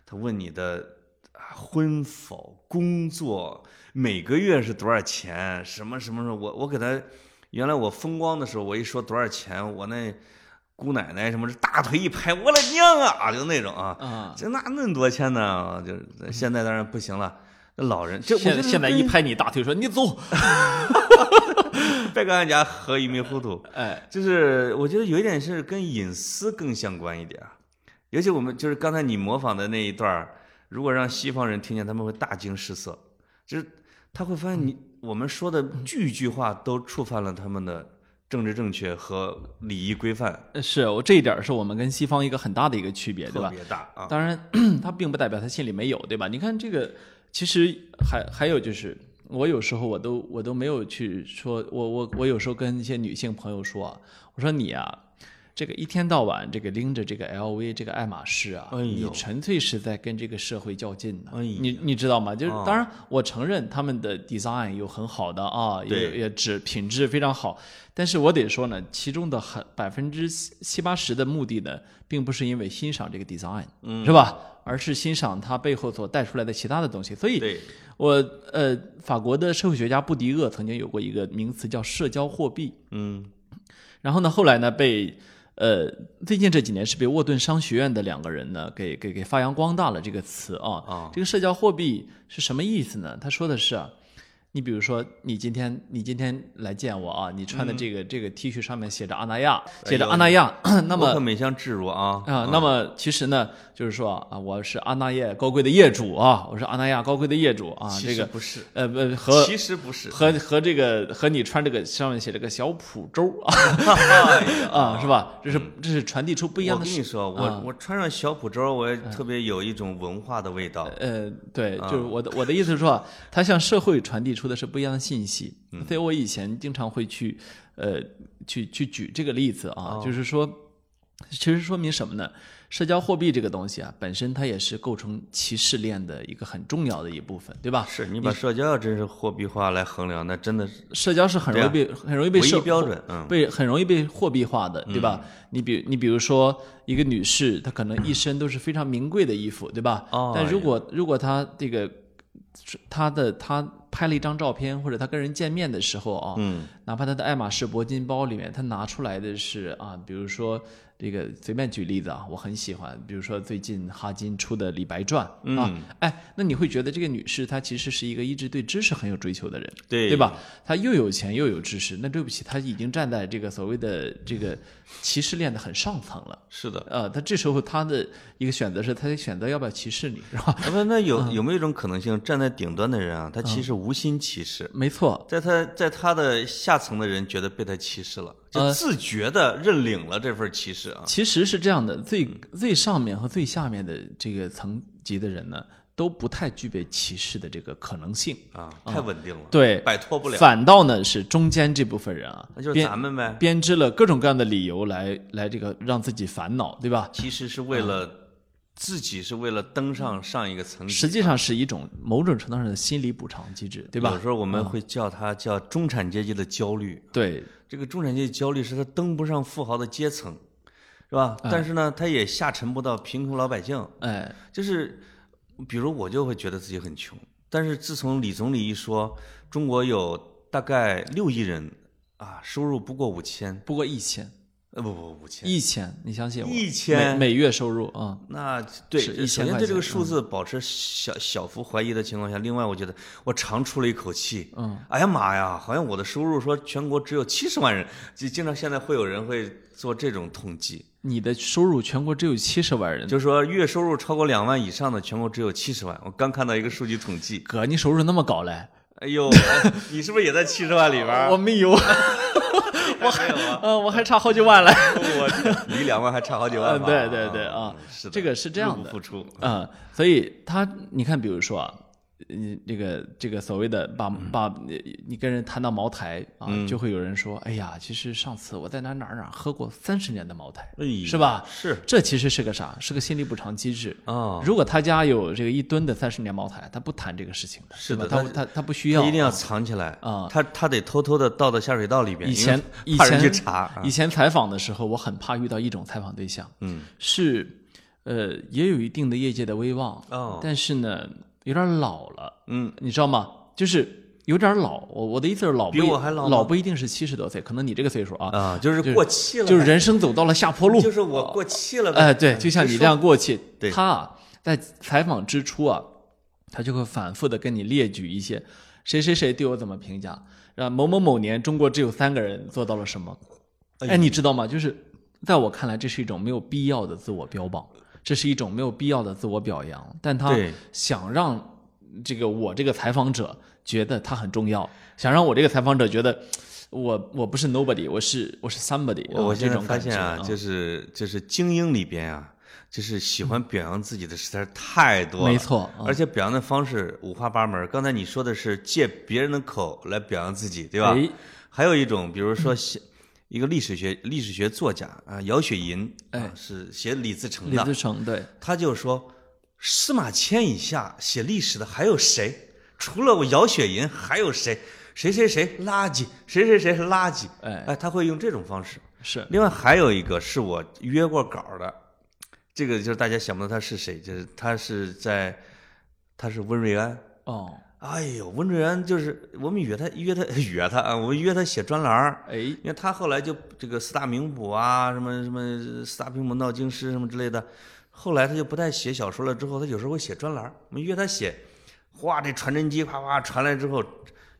他问你的啊婚否、工作，每个月是多少钱，什么什么什么。我我给他，原来我风光的时候，我一说多少钱，我那姑奶奶什么是大腿一拍，我了娘啊，就那种啊，啊，嗯这那那么多钱呢？就是现在当然不行了。那老人，这我觉现得现在跟一拍你大腿说你走，别跟俺家喝一迷糊涂，哎，就是我觉得有一点是跟隐私更相关一点啊，尤其我们就是刚才你模仿的那一段儿，如果让西方人听见，他们会大惊失色，就是他会发现嗯你我们说的句句话都触犯了他们的政治正确和礼仪规范，呃是我这一点是我们跟西方一个很大的一个区别，对特吧？别大啊，当然， 它并不代表他心里没有，对吧？你看这个，其实还还有就是，我有时候我都我都没有去说，我我我有时候跟一些女性朋友说啊，我说你啊，这个一天到晚这个拎着这个 LV 这个爱马仕啊，哎呦你纯粹是在跟这个社会较劲呢、哎呀你你知道吗？就是啊当然，我承认他们的 design 有很好的啊，也对也质品质非常好，但是我得说呢，其中的很百分之七八十的目的呢，并不是因为欣赏这个 design，嗯，是吧？而是欣赏它背后所带出来的其他的东西。所以，对，我呃，法国的社会学家布迪厄曾经有过一个名词叫社交货币，嗯，然后呢，后来呢被呃最近这几年是被沃顿商学院的两个人呢给给给发扬光大了这个词啊。啊这个社交货币是什么意思呢？他说的是啊。你比如说，你今天你今天来见我啊，你穿嗯的这个、这个 T 恤上面写着阿那亚，哎写着阿那亚，那么我可没想置入啊，啊，那么其实呢，就是说啊，我是阿那亚高贵的业主啊，我是阿那亚高贵的业主啊，其这实个不是，呃不和其实不是，和和这个和你穿这个上面写着个小普州啊 啊是吧？这是这是啊传递出不一样嗯我的跟视你说，我我穿上小普州，我也特别有一种文化的味道，呃对，就是我的我的意思是说啊，它向社会传递出的是不一样的信息，嗯所以我以前经常会去呃去去举这个例子哦啊，就是说。其实说明什么呢？社交货币这个东西啊，本身它也是构成歧视链的一个很重要的一部分，对吧？是你把社交要真是货币化来衡量，那真的是社交是很容易被、很容易被啊唯一社标准。嗯，被很容易被货币化的，对吧？你比你比如说一个女士，她可能一身都是非常名贵的衣服，对吧？哦但如果如果她这个她的她拍了一张照片，或者她跟人见面的时候啊，嗯，哪怕她的爱马仕铂金包里面，她拿出来的是啊，比如说这个随便举例子啊，我很喜欢，比如说最近哈金出的《李白传》啊，嗯哎，那你会觉得这个女士她其实是一个一直对知识很有追求的人，对对吧？他又有钱又有知识，那对不起，他已经站在这个所谓的这个歧视链的很上层了。是的。呃，他这时候他的一个选择是，他得选择要不要歧视你，是吧？ 那么那嗯有有没有一种可能性，站在顶端的人啊，他其实无心歧视，没错，在他在他的下层的人觉得被他歧视了，呃就自觉的认领了这份歧视啊。其实是这样的，最嗯最上面和最下面的这个层级的人呢，都不太具备歧视的这个可能性，啊，太稳定了，嗯对摆脱不了，反倒呢是中间这部分人啊，那就是编咱们呗。编织了各种各样的理由来来这个让自己烦恼，对吧？其实是为了自己，是为了登上上一个层级，实际上嗯是一种某种程度上的心理补偿机制，对啊有吧？嗯时候我们会叫它叫中产阶级的焦虑。对，这个中产阶级焦虑是他登不上富豪的阶层，是吧？但是呢，他也下沉不到贫苦老百姓。哎，就是，比如我就会觉得自己很穷，但是自从李总理一说，中国有大概六亿人啊，收入不过五千，不过一千，呃，不不五千，一千，你相信我，一千每每月收入啊、那对，是一首千先块对这个钱嗯数字保持小小幅怀疑的情况下，另外我觉得我长出了一口气。嗯，哎呀妈呀，好像我的收入说全国只有七十万人，就经常现在会有人会做这种统计，你的收入全国只有七十万人，就是说月收入超过两万以上的全国只有七十万。我刚看到一个数据统计，哥，你收入那么高嘞？哎呦，哎你是不是也在七十万里边儿？我没有，我啊还没有啊，呃，我还差好几万嘞。 我这离两万还差好几万吧嗯对对对啊是的，这个是这样的入不敷出，嗯，所以他，你看，比如说啊，你这个这个所谓的把嗯把你你跟人谈到茅台啊，就会有人说，哎呀，其实上次我在哪儿哪儿哪儿喝过三十年的茅台，哎呀是吧？是这其实是个啥？是个心理补偿机制。啊，如果他家有这个一吨的三十年茅台，他不谈这个事情的，是的对吧他他他他不需要他一定要藏起来啊他他得偷偷的倒到下水道里边，以因为前以怕人去前查啊以前采访的时候，我很怕遇到一种采访对象，嗯，是呃也有一定的业界的威望，哦但是呢有点老了，嗯，你知道吗？就是有点老，我我的意思是老不比一我还老吗老不一定是七十多岁，可能你这个岁数啊，啊，就是过气了，就是人生走到了下坡路，就是我过气了呗，哎、对，就像你这样过去，啊对他啊在采访之初啊，他就会反复的跟你列举一些谁谁谁对我怎么评价，啊，某某某年中国只有三个人做到了什么，哎，你知道吗？就是在我看来，这是一种没有必要的自我标榜，这是一种没有必要的自我表扬，但他对想让这个我这个采访者觉得他很重要，想让我这个采访者觉得。我我不是 nobody，我是我是 somebody 啊。哎我我现在这种发感觉现啊，就是就是精英里边啊，就是喜欢表扬自己的实在是太多了，没错嗯而且表扬的方式五花八门儿。刚才你说的是借别人的口来表扬自己，对吧？哎嗯还有一种，比如说写一个历史学历史学作家啊，姚雪银，啊哎，是写李自成李的，自成对，他就说，司马迁以下写历史的还有谁？除了我姚雪银，还有谁？谁谁谁垃圾，谁谁谁是垃圾？哎哎，他会用这种方式。是另外还有一个是我约过稿的，这个就是大家想不到他是谁，就是他是在，他是温瑞安。哦，哎呦，温瑞安就是我们约他约他约他啊，我们约他写专栏儿哎，因为他后来就这个四大名捕啊，什么什么四大名捕闹京师什么之类的，后来他就不太写小说了。之后他有时候会写专栏儿，我们约他写，哇，这传真机啪啪传来之后，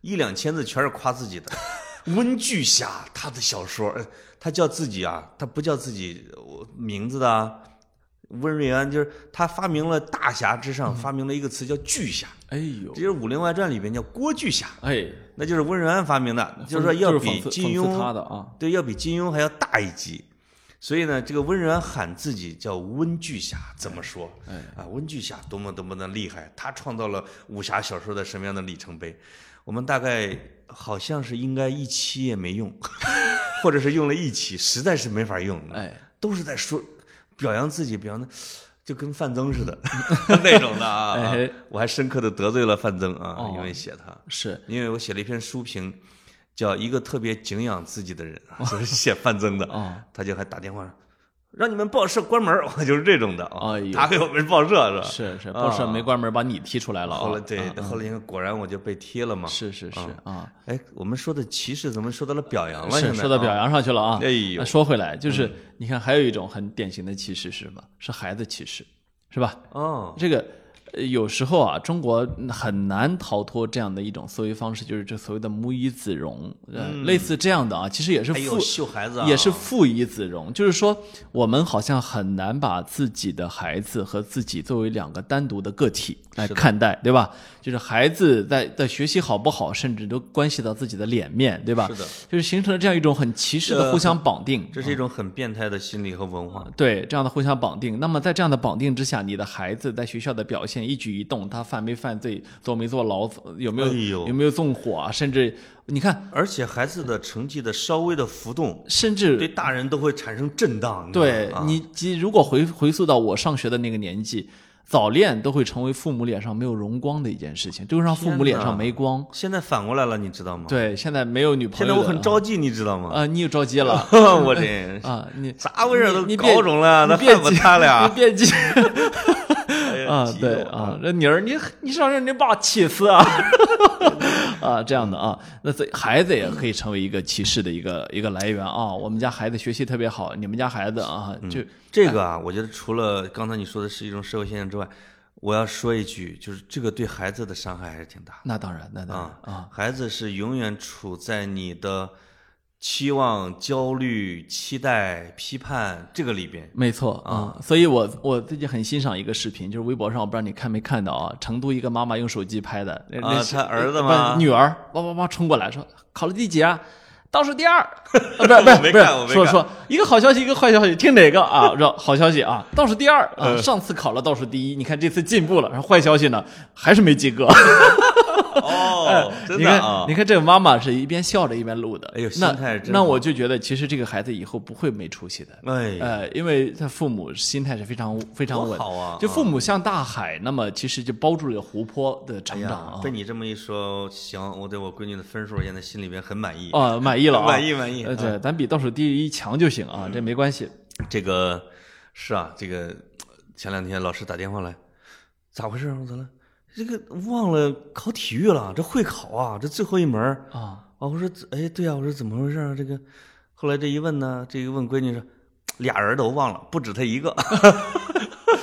一两千字全是夸自己的。温巨侠他的小说，呃他叫自己啊，他不叫自己我名字的、啊。温瑞安就是他发明了大侠之嗯上，发明了一个词叫巨侠，哎呦这，就是《武林外传》里边叫郭巨侠，哎，那就是温瑞安发明的，就是说讽要就比讽刺金讽刺庸他的啊，对，要比金庸还要大一级。所以呢，这个温瑞安喊自己叫温巨侠，怎么说？哎啊，温巨侠多么多么的厉害，他创造了武侠小说的什么样的里程碑？我们大概好像是应该一期也没用， 或者是用了一期，实在是没法用了，哎，都是在说表扬自己，表扬的。就跟范增 似的那种的啊，啊哎我还深刻的得罪了范增啊，哦因为写他。是因为我写了一篇书评，叫《一个特别敬仰自己的人》， 就是写范增的，哦他就还打电话让你们报社关门儿， 我就是这种的啊，哎呦他给我们报社是吧？是是，啊报社没关门把你踢出来了啊，后来对啊，后来因为果然我就被踢了嘛。是是是啊，哎，我们说的歧视怎么说到了表扬了？现是在说到表啊，扬上去了啊，哎呦嗯那说回来，就是你看还有一种很典型的歧视是什么？是孩子歧视，是吧？哦，这个呃有时候啊，中国很难逃脱这样的一种思维方式，就是这所谓的母以子容，呃，类似这样的啊，其实也是嗯哎父、呦，秀孩子啊，也是父以子容，就是说我们好像很难把自己的孩子和自己作为两个单独的个体来看待，对吧？就是孩子在在学习好不好，甚至都关系到自己的脸面，对吧？是的，就是形成了这样一种很歧视的互相绑定。这是一种很变态的心理和文化。对这样的互相绑定，那么在这样的绑定之下，你的孩子在学校的表现一举一动，他犯没犯罪，坐没坐牢，有没有、哎呦有没有纵火啊？甚至你看，而且孩子的成绩的稍微的浮动，甚至对大人都会产生震荡。对你知道吗啊你，即如果回回溯到我上学的那个年纪，早恋都会成为父母脸上没有荣光的一件事情，就会让父母脸上没光啊。现在反过来了，你知道吗？，对，嗯现在没有女朋现友在的，我很着急，你知道吗？啊，你又着急了 我这啊，你咋回事都你你别高中了，你那别还不急他 你俩？别急哎 呀啊，急对得我啊，那妮儿，你你上让你爸气死啊 啊，这样的啊，那所以孩子也可以成为一个歧视的一个一个来源啊。我们家孩子学习特别好，你们家孩子啊，就这个啊，我觉得除了刚才你说的是一种社会现象之外，我要说一句，就是这个对孩子的伤害还是挺大的那当然，那当然啊。啊。孩子是永远处在你的期望、焦虑、期待、批判这个里边。没错啊、所以我我最近很欣赏一个视频，就是微博上我不知道你看没看到啊，成都一个妈妈用手机拍的，那啊那是她儿子不吗女儿哇哇哇冲过来说考了第几啊？倒数第二， 啊、不是不 我是没不是看我，没说看说一个好消息，一个坏消息，听哪个啊？说好消息啊，倒数第二啊，嗯上次考了倒数第一，你看这次进步了。然后坏消息呢，还是没及格。 哦，真哎你的看、啊你！看这个妈妈是一边笑着一边录的，哎呦心那态真那好我就觉得其实这个孩子以后不会没出息的。哎，呃，因为他父母心态是非常非常多稳，好啊！就啊父母像大海，那么其实就包住了湖泊的哎成长呀啊，被。你这么一说，行，我对我闺女的分数现在心里边很满意。哦，满意了啊，满意满意嗯呃，对，咱比倒数第一强就行啊，这没关系。这个是啊，这个前两天老师打电话来，咋回事啊？我咋了？这个忘了考体育了，这会考啊，这最后一门儿啊，啊！我说，哎，对啊，我说怎么回事啊？这个后来这一问呢，这一问闺女说，俩人都忘了，不止她一个，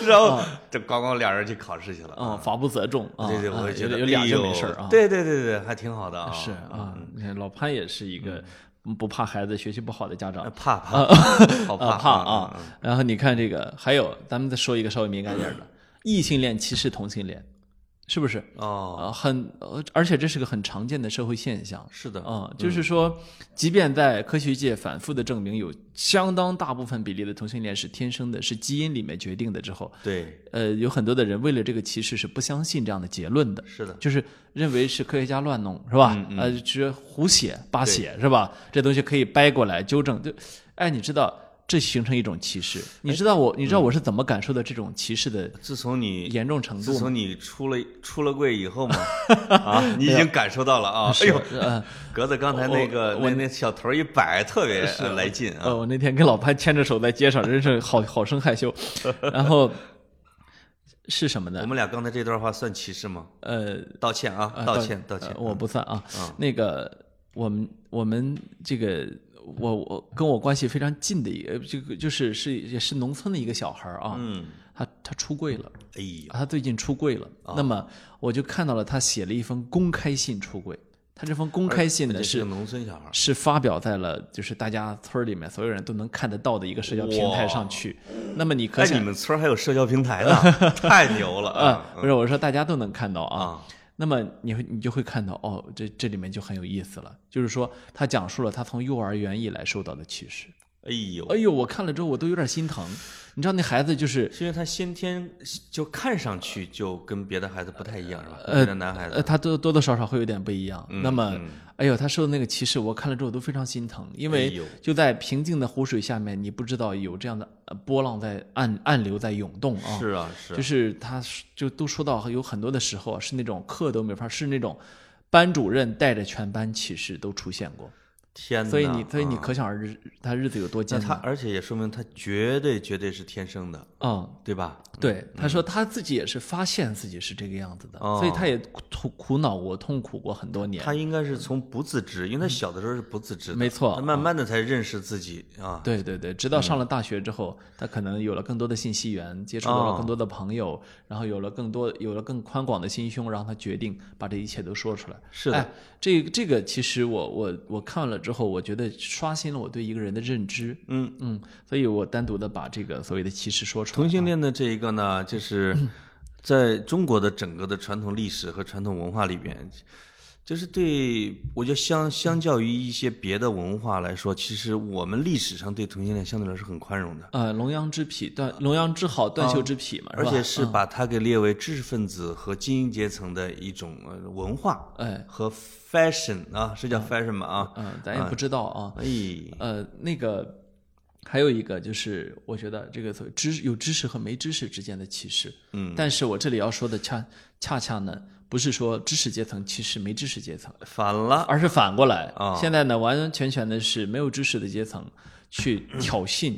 然哦后这咣咣俩人去考试去了嗯，。法不责众啊，对对，我啊也觉得有有俩哎就呦没事儿啊。对对对对，还挺好的啊。嗯是啊，你看老潘也是一个嗯不怕孩子学习不好的家长呃，怕怕，好啊怕嗯怕啊。然后你看这个，还有咱们再说一个稍微敏感点儿的，异性恋歧视同性恋，是不是？哦，啊，很，呃而且这是个很常见的社会现象。是的，啊、就是说，即便在科学界反复的证明有相当大部分比例的同性恋是天生的，是基因里面决定的之后，对，呃，有很多的人为了这个歧视是不相信这样的结论的，是的，就是认为是科学家乱弄，是吧？呃，就是胡写八写，是吧？这东西可以掰过来纠正，就，哎，你知道这形成一种歧视，你知道我，你知道我是怎么感受到这种歧视的自从你严重程自度吗？从你出了出了柜以 后嘛，啊，你已经感受到了啊！哎呦，呃，格子刚才那个我那那小头一摆，特别呃来劲啊！呃，我那天跟老潘牵着手在街上，真是好好生害羞。然后是什么我呢？们俩刚才这段话算歧视吗？呃，道歉啊，道歉，道呃歉。嗯我不算啊。那个，我们我们这个，我我跟我关系非常近的一个，呃这个就是是也是农村的一个小孩儿啊，嗯，他他出柜了，哎呦，他最近出柜了。哦那么我就看到了他写了一封公开信出柜，他这封公开信这呢是是个农村小孩儿，是发表在了就是大家村儿里面所有人都能看得到的一个社交平台上去。那么你可哎，想你们村儿还有社交平台呢，太牛了啊啊！，不是我说大家都能看到啊。啊，那么你会你就会看到哦，这这里面就很有意思了，就是说他讲述了他从幼儿园以来受到的歧视。哎呦，哎呦，我看了之后我都有点心疼。你知道那孩子就是是因为他先天就看上去就跟别的孩子不太一样，是吧？跟别的男孩呃，子，他多多多少少会有点不一样。那么，哎嗯哎呦，他受的那个歧视，我看了之后都非常心疼，因哎为呦就在平静的湖水下面，你不知道有这样的呃波浪在暗暗流在涌动啊。是啊，是就啊，是他是就都说到有很多的时候啊是那种课都没法，是那种班主任带着全班歧视都出现过。天哪！所以你所以你啊可想而知他日子有多那艰他难。而且也说明他绝对绝对是天生的，嗯，对吧？对，他说他自己也是发现自己是这个样子的，哦所以他也苦苦恼过、痛苦过很多年。他应该是从不自知，因为他小的时候是不自知的，嗯没错他慢慢的才认识自己啊。对对对，直到上了大学之后，他可能有了更多的信息源，接触到哦了更多的朋友，然后有了更多、有了更宽广的心胸，然后他决定把这一切都说出来。是的哎、这个这个其实我我我看了之后，我觉得刷新了我对一个人的认知。嗯嗯，所以我单独的把这个所谓的歧视说出来。同性恋的这一个呢， 就是在中国的整个的传统历史和传统文化里边，就是对我觉得相相较于一些别的文化来说，其实我们历史上对同性恋相对来说很宽容的，呃，龙阳之癖，断龙阳之好，断袖之癖嘛，啊而吧嗯且是把它给列为知识分子和精英阶层的一种呃文化哎，和 fashion 啊，是叫 fashion 吗？啊，嗯、咱也不知道啊。哎，呃，那个还有一个就是，我觉得这个所谓知有知识和没知识之间的歧视，嗯，但是我这里要说的恰恰恰呢，不是说知识阶层歧视没知识阶层，反了， 而是反过来啊现在呢，完完全全的是没有知识的阶层去挑衅、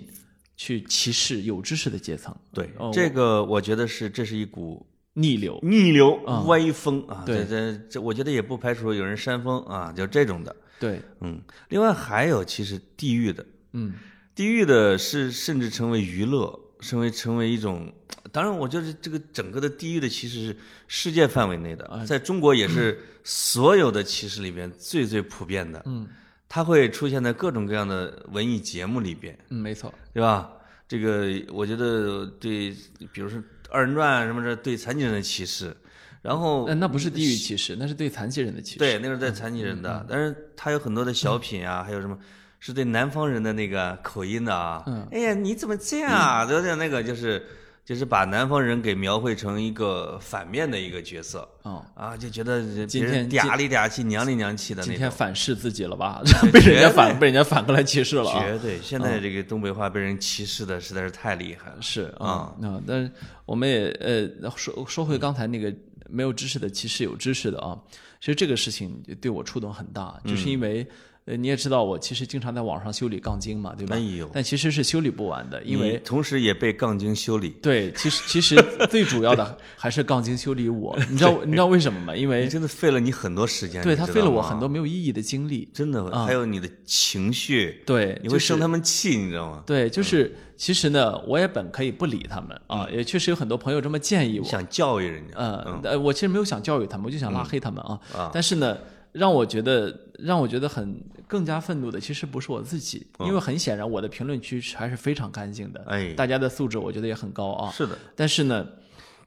去歧视有知识的阶层，对哦，这个我觉得是这是一股逆流。逆流歪风啊，对这这这，我觉得也不排除有人煽风啊，就这种的，对，嗯。另外还有其实地域的，嗯，地域的是甚至成为娱乐，成为成为一种，当然我觉得这个整个的地域的歧视是世界范围内的，在中国也是所有的歧视里边最最普遍的，嗯，它会出现在各种各样的文艺节目里边，嗯，没错，对吧？这个我觉得对，比如说二人转什么的，对残疾人的歧视，然后那那不是地域歧视，那是对残疾人的歧视。哦对那是对残疾人嗯的，但是他有很多的小品啊，还有什么是对南方人的那个口音的啊，嗯哎呀你怎么这样啊？有点那个就是就是把南方人给描绘成一个反面的一个角色哦，啊，就觉得今别人天嗲里嗲气、娘里娘气的今那天种。反噬自己 了吧？对被人绝家对反被人家反过来歧视了啊！绝对，现在这个东北话被人歧视的实在是太厉害了。是啊，那、但是我们也呃说说回刚才那个没有知识的，其实有知识的啊。其实这个事情对我触动很大，嗯就是因为、呃你也知道，我其实经常在网上修理杠精嘛，对吧？哎呦但其实是修理不完的，因你为同时也被杠精修理，对，其实其实最主要的还是杠精修理我，你知道你知道为什么吗？因你为真的费了你很多时间，哎对你他知费了道我吗很多，没有意义的精力，真的，还有你的情绪，对，你哎就会是生他们气，嗯你知道吗？对，就是其实呢，我也本可以不理他们嗯啊，也确实有很多朋友这么建议我，想教育人家，呃，呃我其实没有想教育他们，我就想拉黑他们啊。嗯啊但是呢，让我觉得让我觉得很更加愤怒的，其实不是我自己，因为很显然我的评论区还是非常干净的，嗯哎大家的素质我觉得也很高啊。是的，但是呢，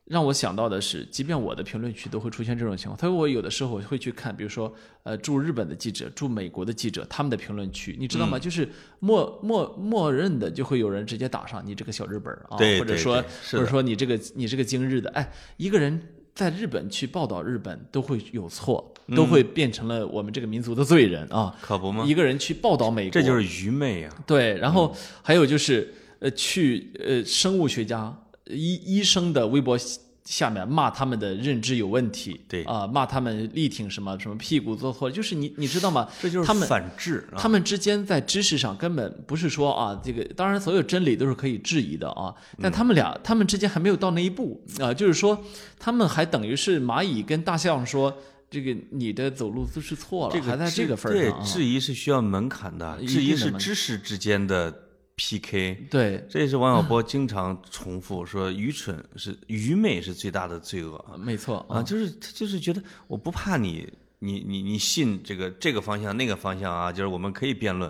让我想到的是，即便我的评论区都会出现这种情况，所以我有的时候会去看，比如说，呃，驻日本的记者、驻美国的记者他们的评论区，你知嗯道吗？就是默默默认的就会有人直接打上你这个小日本儿啊，对或者对说对是或者说你这个你这个今日的，哎，一个人在日本去报道日本都会有错，嗯都会变成了我们这个民族的罪人啊。可不吗？一个人去报道美国，这就是愚昧呀，对，然后还有就是，呃，去呃生物学家、医医生的微博下面骂他们的认知有问题，对啊、骂他们力挺什么什么屁股坐错，就是你你知道吗？这就是他们反制啊，他们之间在知识上根本不是说啊，这个当然所有真理都是可以质疑的啊，嗯但他们俩他们之间还没有到那一步啊、就是说他们还等于是蚂蚁跟大象说。这个你的走路姿势错了，这个哦还在质这个份儿上、啊对，质疑是需要门槛的，一定的质疑是门槛知识之间的 PK。对，这也是王小波经常重复说，愚蠢是愚昧是最大的罪恶。没错啊，就是他就是觉得我不怕你，你你你信这个这个方向那个方向啊，就是我们可以辩论，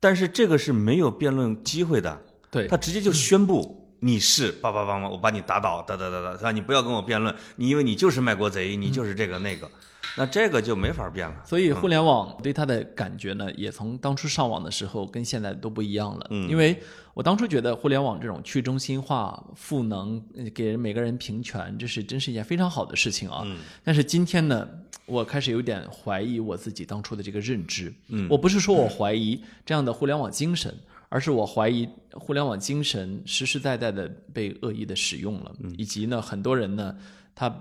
但是这个是没有辩论机会的，对他直接就宣布你是叭叭叭叭，我把你打倒，哒哒哒哒，他你不要跟我辩论，你因为你就是卖国贼，你就是这个那个，那这个就没法辩了。嗯嗯所以互联网对它的感觉呢，也从当初上网的时候跟现在都不一样了。嗯，因为我当初觉得互联网这种去中心化、赋能，呃给人每个人平权，这是真是一件非常好的事情啊。嗯，但是今天呢，我开始有点怀疑我自己当初的这个认知。嗯，我不是说我怀疑这样的互联网精神。而是我怀疑互联网精神实实在在的被恶意的使用了，以及呢，很多人呢，他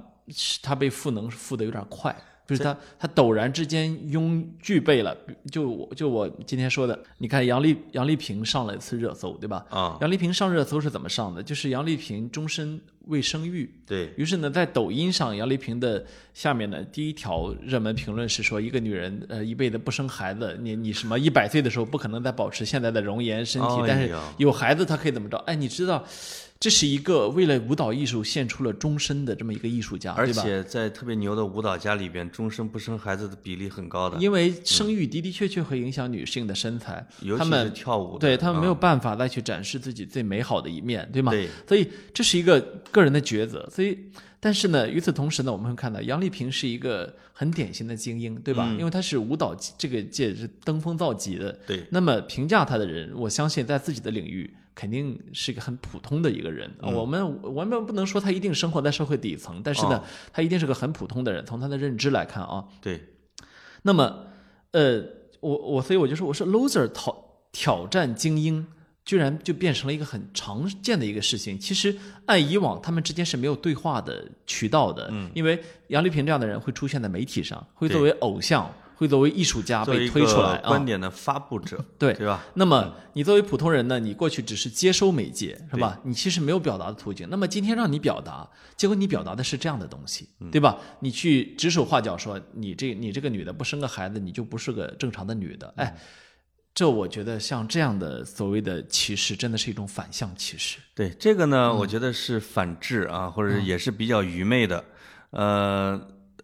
他被赋能赋的有点快，就是他他陡然之间拥具备了，就我就我今天说的，你看杨丽杨丽萍上了一次热搜，对吧？啊，杨丽萍上热搜是怎么上的？就是杨丽萍终身未生育，对，于是呢，在抖音上，杨丽萍的下面呢，第一条热门评论是说，一个女人呃一辈子不生孩子，你你什么一百岁的时候不可能再保持现在的容颜身体，哎呀但是有孩子她可以怎么着？哎，你知道，这是一个为了舞蹈艺术献出了终身的这么一个艺术家，而对吧？且在特别牛的舞蹈家里边，终身不生孩子的比例很高的，因为生育的的确确会影响女性的身材，尤她其们是跳舞的，对他们没有嗯办法再去展示自己最美好的一面，对吗？对所以这是一个个人的抉择。所以，但是呢，与此同时呢，我们会看到杨丽萍是一个很典型的精英，对吧？因为她是舞蹈界这个界是登峰造极的。对，那么评价她的人，我相信在自己的领域肯定是一个很普通的一个人。我们我们不能说她一定生活在社会底层，但是呢，她一定是个很普通的人。从她的认知来看啊，对，那么，呃，我我所以我就说，我说 loser 挑挑战精英，居然就变成了一个很常见的一个事情。其实按以往，他们之间是没有对话的渠道的，嗯、因为杨丽萍这样的人会出现在媒体上，会对作为偶像，会作为艺术家作为被一推出来个啊观。点的发布者，对对吧？那么你作为普通人呢，你过去只是接收媒介，是吧？你其实没有表达的途径。那么今天让你表达，结果你表达的是这样的东西，嗯对吧？你去指手画脚说你这你这个女的不生个孩子，你就不是个正常的女的，嗯哎。这我觉得像这样的所谓的歧视，真的是一种反向歧视。对这个呢，我觉得是反制啊，或者是也是比较愚昧的，呃，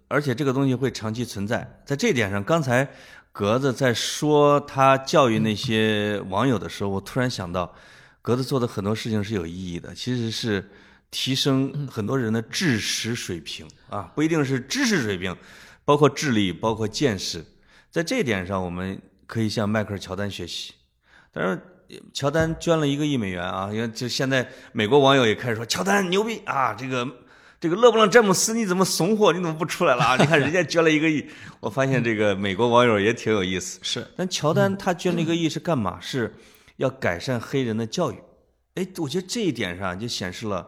而且这个东西会长期存在。在这一点上，刚才格子在说他教育那些网友的时候，我突然想到，格子做的很多事情是有意义的，其实是提升很多人的知识水平啊，不一定是知识水平，包括智力，包括见识。在这一点上，我们可以向迈克尔·乔丹学习。但是呃乔丹捐了一个亿美元啊，因为就现在美国网友也开始说乔丹牛逼啊，这个这个勒布朗詹姆斯你怎么怂货，你怎么不出来了啊？你看人家捐了一个亿，我发现这个美国网友也挺有意思。是，但乔丹他捐了一个亿是干嘛？是要改善黑人的教育。哎，我觉得这一点上就显示了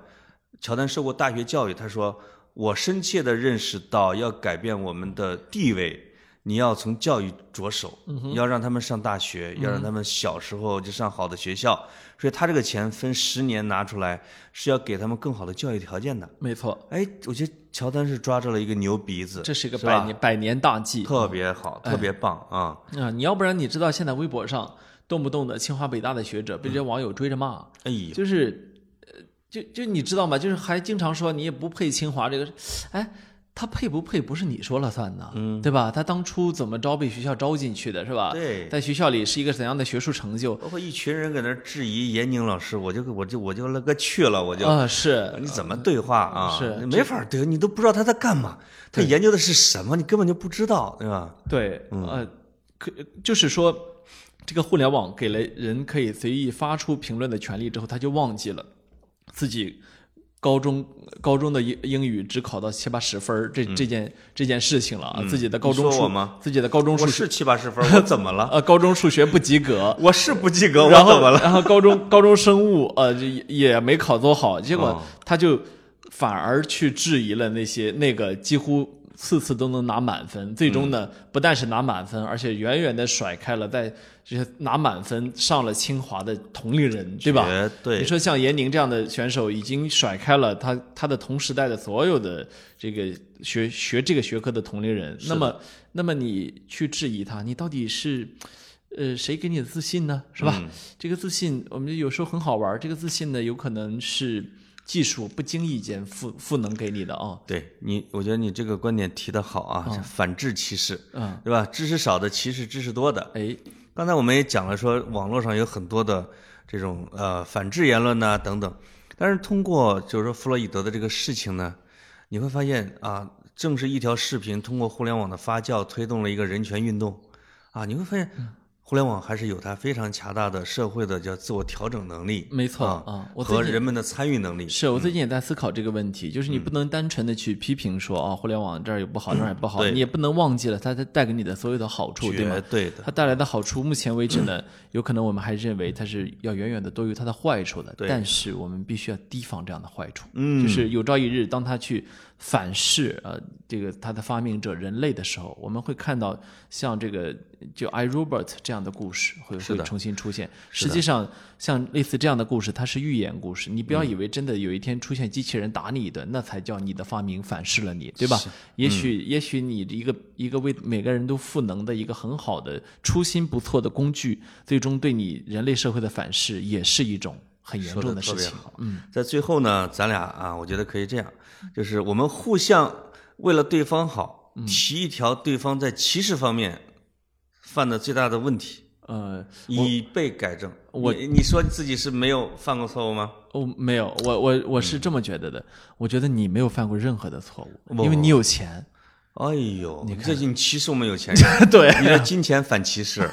乔丹受过大学教育。他说：“我深切地认识到，要改变我们的地位，你要从教育着手，嗯要让他们上大学，要让他们小时候就上好的学校。所以他这个钱分十年拿出来，是要给他们更好的教育条件的。没错，哎，我觉得乔丹是抓住了一个牛鼻子，这是一哎个是吧百年百年大计。特别好，特别棒啊！啊、你要不然你知道现在微博上动不动的清华北大的学嗯者被这些网友追着骂，哎呦，就是，呃，就就你知道吗？就是还经常说你也不配清华这个，哎，他配不配不是你说了算的，嗯，对吧？他当初怎么着被学校招进去的，是吧？对在学校里是一个怎样的学术成就？包括一群人搁那儿质疑闫宁老师，我就我就我就那个去了，我就、嗯啊、是你怎么对话啊？是你没法对，你都不知道他在干嘛，他研究的是什么，你根本就不知道，对吧？对，嗯呃，可就是说，这个互联网给了人可以随意发出评论的权利之后，他就忘记了自己高中高中的英英语只考到七八十分儿这这件这件事情了啊，自己的嗯高你中说数我吗自己的高中数我学是七八十分，我怎么了？，呃，高中数学不及格 我是不及格，我然怎后么了？然后高中 高中生物呃这也也没考多好，结哦果他就反而去质疑了那些那个几乎次次都能拿满分，最终呢、嗯不但是拿满分，而且远远的甩开了在这些拿满分上了清华的同龄人，对吧？绝你对，说像闫宁这样的选手，已经甩开了他他的同时代的所有的这个学学这个学科的同龄人，那么那么你去质疑他，你到底是呃谁给你的自信呢？是吧？嗯这个自信，我们有时候很好玩儿，这个自信呢，有可能是技术不经意间赋赋能给你的啊、对你，我觉得你这个观点提的好啊，是反制歧视，嗯，对吧？知识少的歧视知识多的，哎，刚才我们也讲了，说网络上有很多的这种呃反制言论呐、等等，但是通过就是说弗洛伊德的这个事情呢，你会发现啊，正是一条视频通过互联网的发酵，推动了一个人权运动啊，你会发现嗯互联网还是有它非常强大的社会的叫自我调整能力，没错啊，啊我最和近人们的参与能力，是我最近也在思考这个问题，就是你嗯不能单纯的去批评说啊，互联网这儿有不好，那儿也不好，对你也不能忘记了它它带给你的所有的好处，对吗绝？对的，它带来的好处，目前为止呢，有可能我们还认为它是要远远的多于它的坏处的。对但是我们必须要提防这样的坏处。嗯就是有朝一日，当它去反噬呃这个它的发明者人类的时候，我们会看到像这个就 I Robot 这样的故事会是会的重新出现。实际上，像类似这样的故事，它是寓言故事。你不要嗯以为真的有一天出现机器人打你一顿，那才叫你的发明反噬了你，对吧？也嗯许也许你一个一个为每个人都赋能的一个很好的初心不错的工具，最终对你人类社会的反噬也是一种很严说重得的特事别情。嗯好。在最后呢，咱俩啊，我觉得可以这样，就是我们互相为了对方好，嗯提一条对方在歧视方面犯的最大的问题，呃，以被改正。我你你说自己是没有犯过错误吗？我哦没有，我我我嗯是这么觉得的。我觉得你没有犯过任何的错误，不因为你有钱。 哎呦，你最近歧视我们有钱人，对，啊你的金钱反歧 视。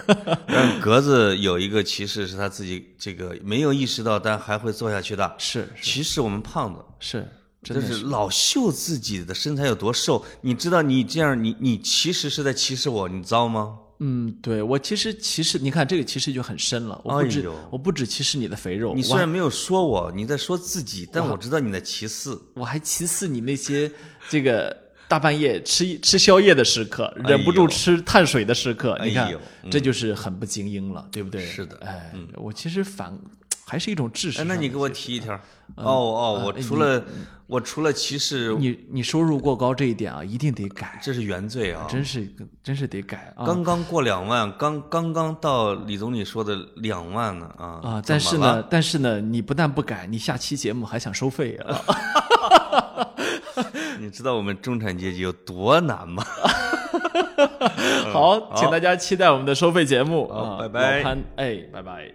但格子有一个歧视是他自己这个没有意识到，但还会做下去的，是歧视我们胖子。是，真就的是老秀自己的身材有多瘦，你知道你这样，你你其实是在歧视我，你知道吗？嗯，对我其实歧视，你看这个歧视就很深了。我不哎止、呦我不止歧视你的肥肉，你我虽还然没有说我，你在说自己，但我知道你在歧视。我还歧视你那些这个大半夜吃吃宵夜的时刻，哎呦忍不住吃碳水的时刻。你哎看呦，这就是很不精英了，对不对？是的嗯哎，我其实反还是一种知识哎，上那的你歧视。啊给我提一条。哦哦，我除了我除了歧视，哎你你收入过高这一点啊，一定得改，这是原罪啊！真是真是得改啊。刚刚过两万，刚刚刚到李总理说的两万呢啊！啊，但是怎么了，呢，但是呢，你不但不改，你下期节目还想收费 啊？你知道我们中产阶级有多难吗？好，请大家期待我们的收费节目好啊！拜拜老潘，哎，拜拜。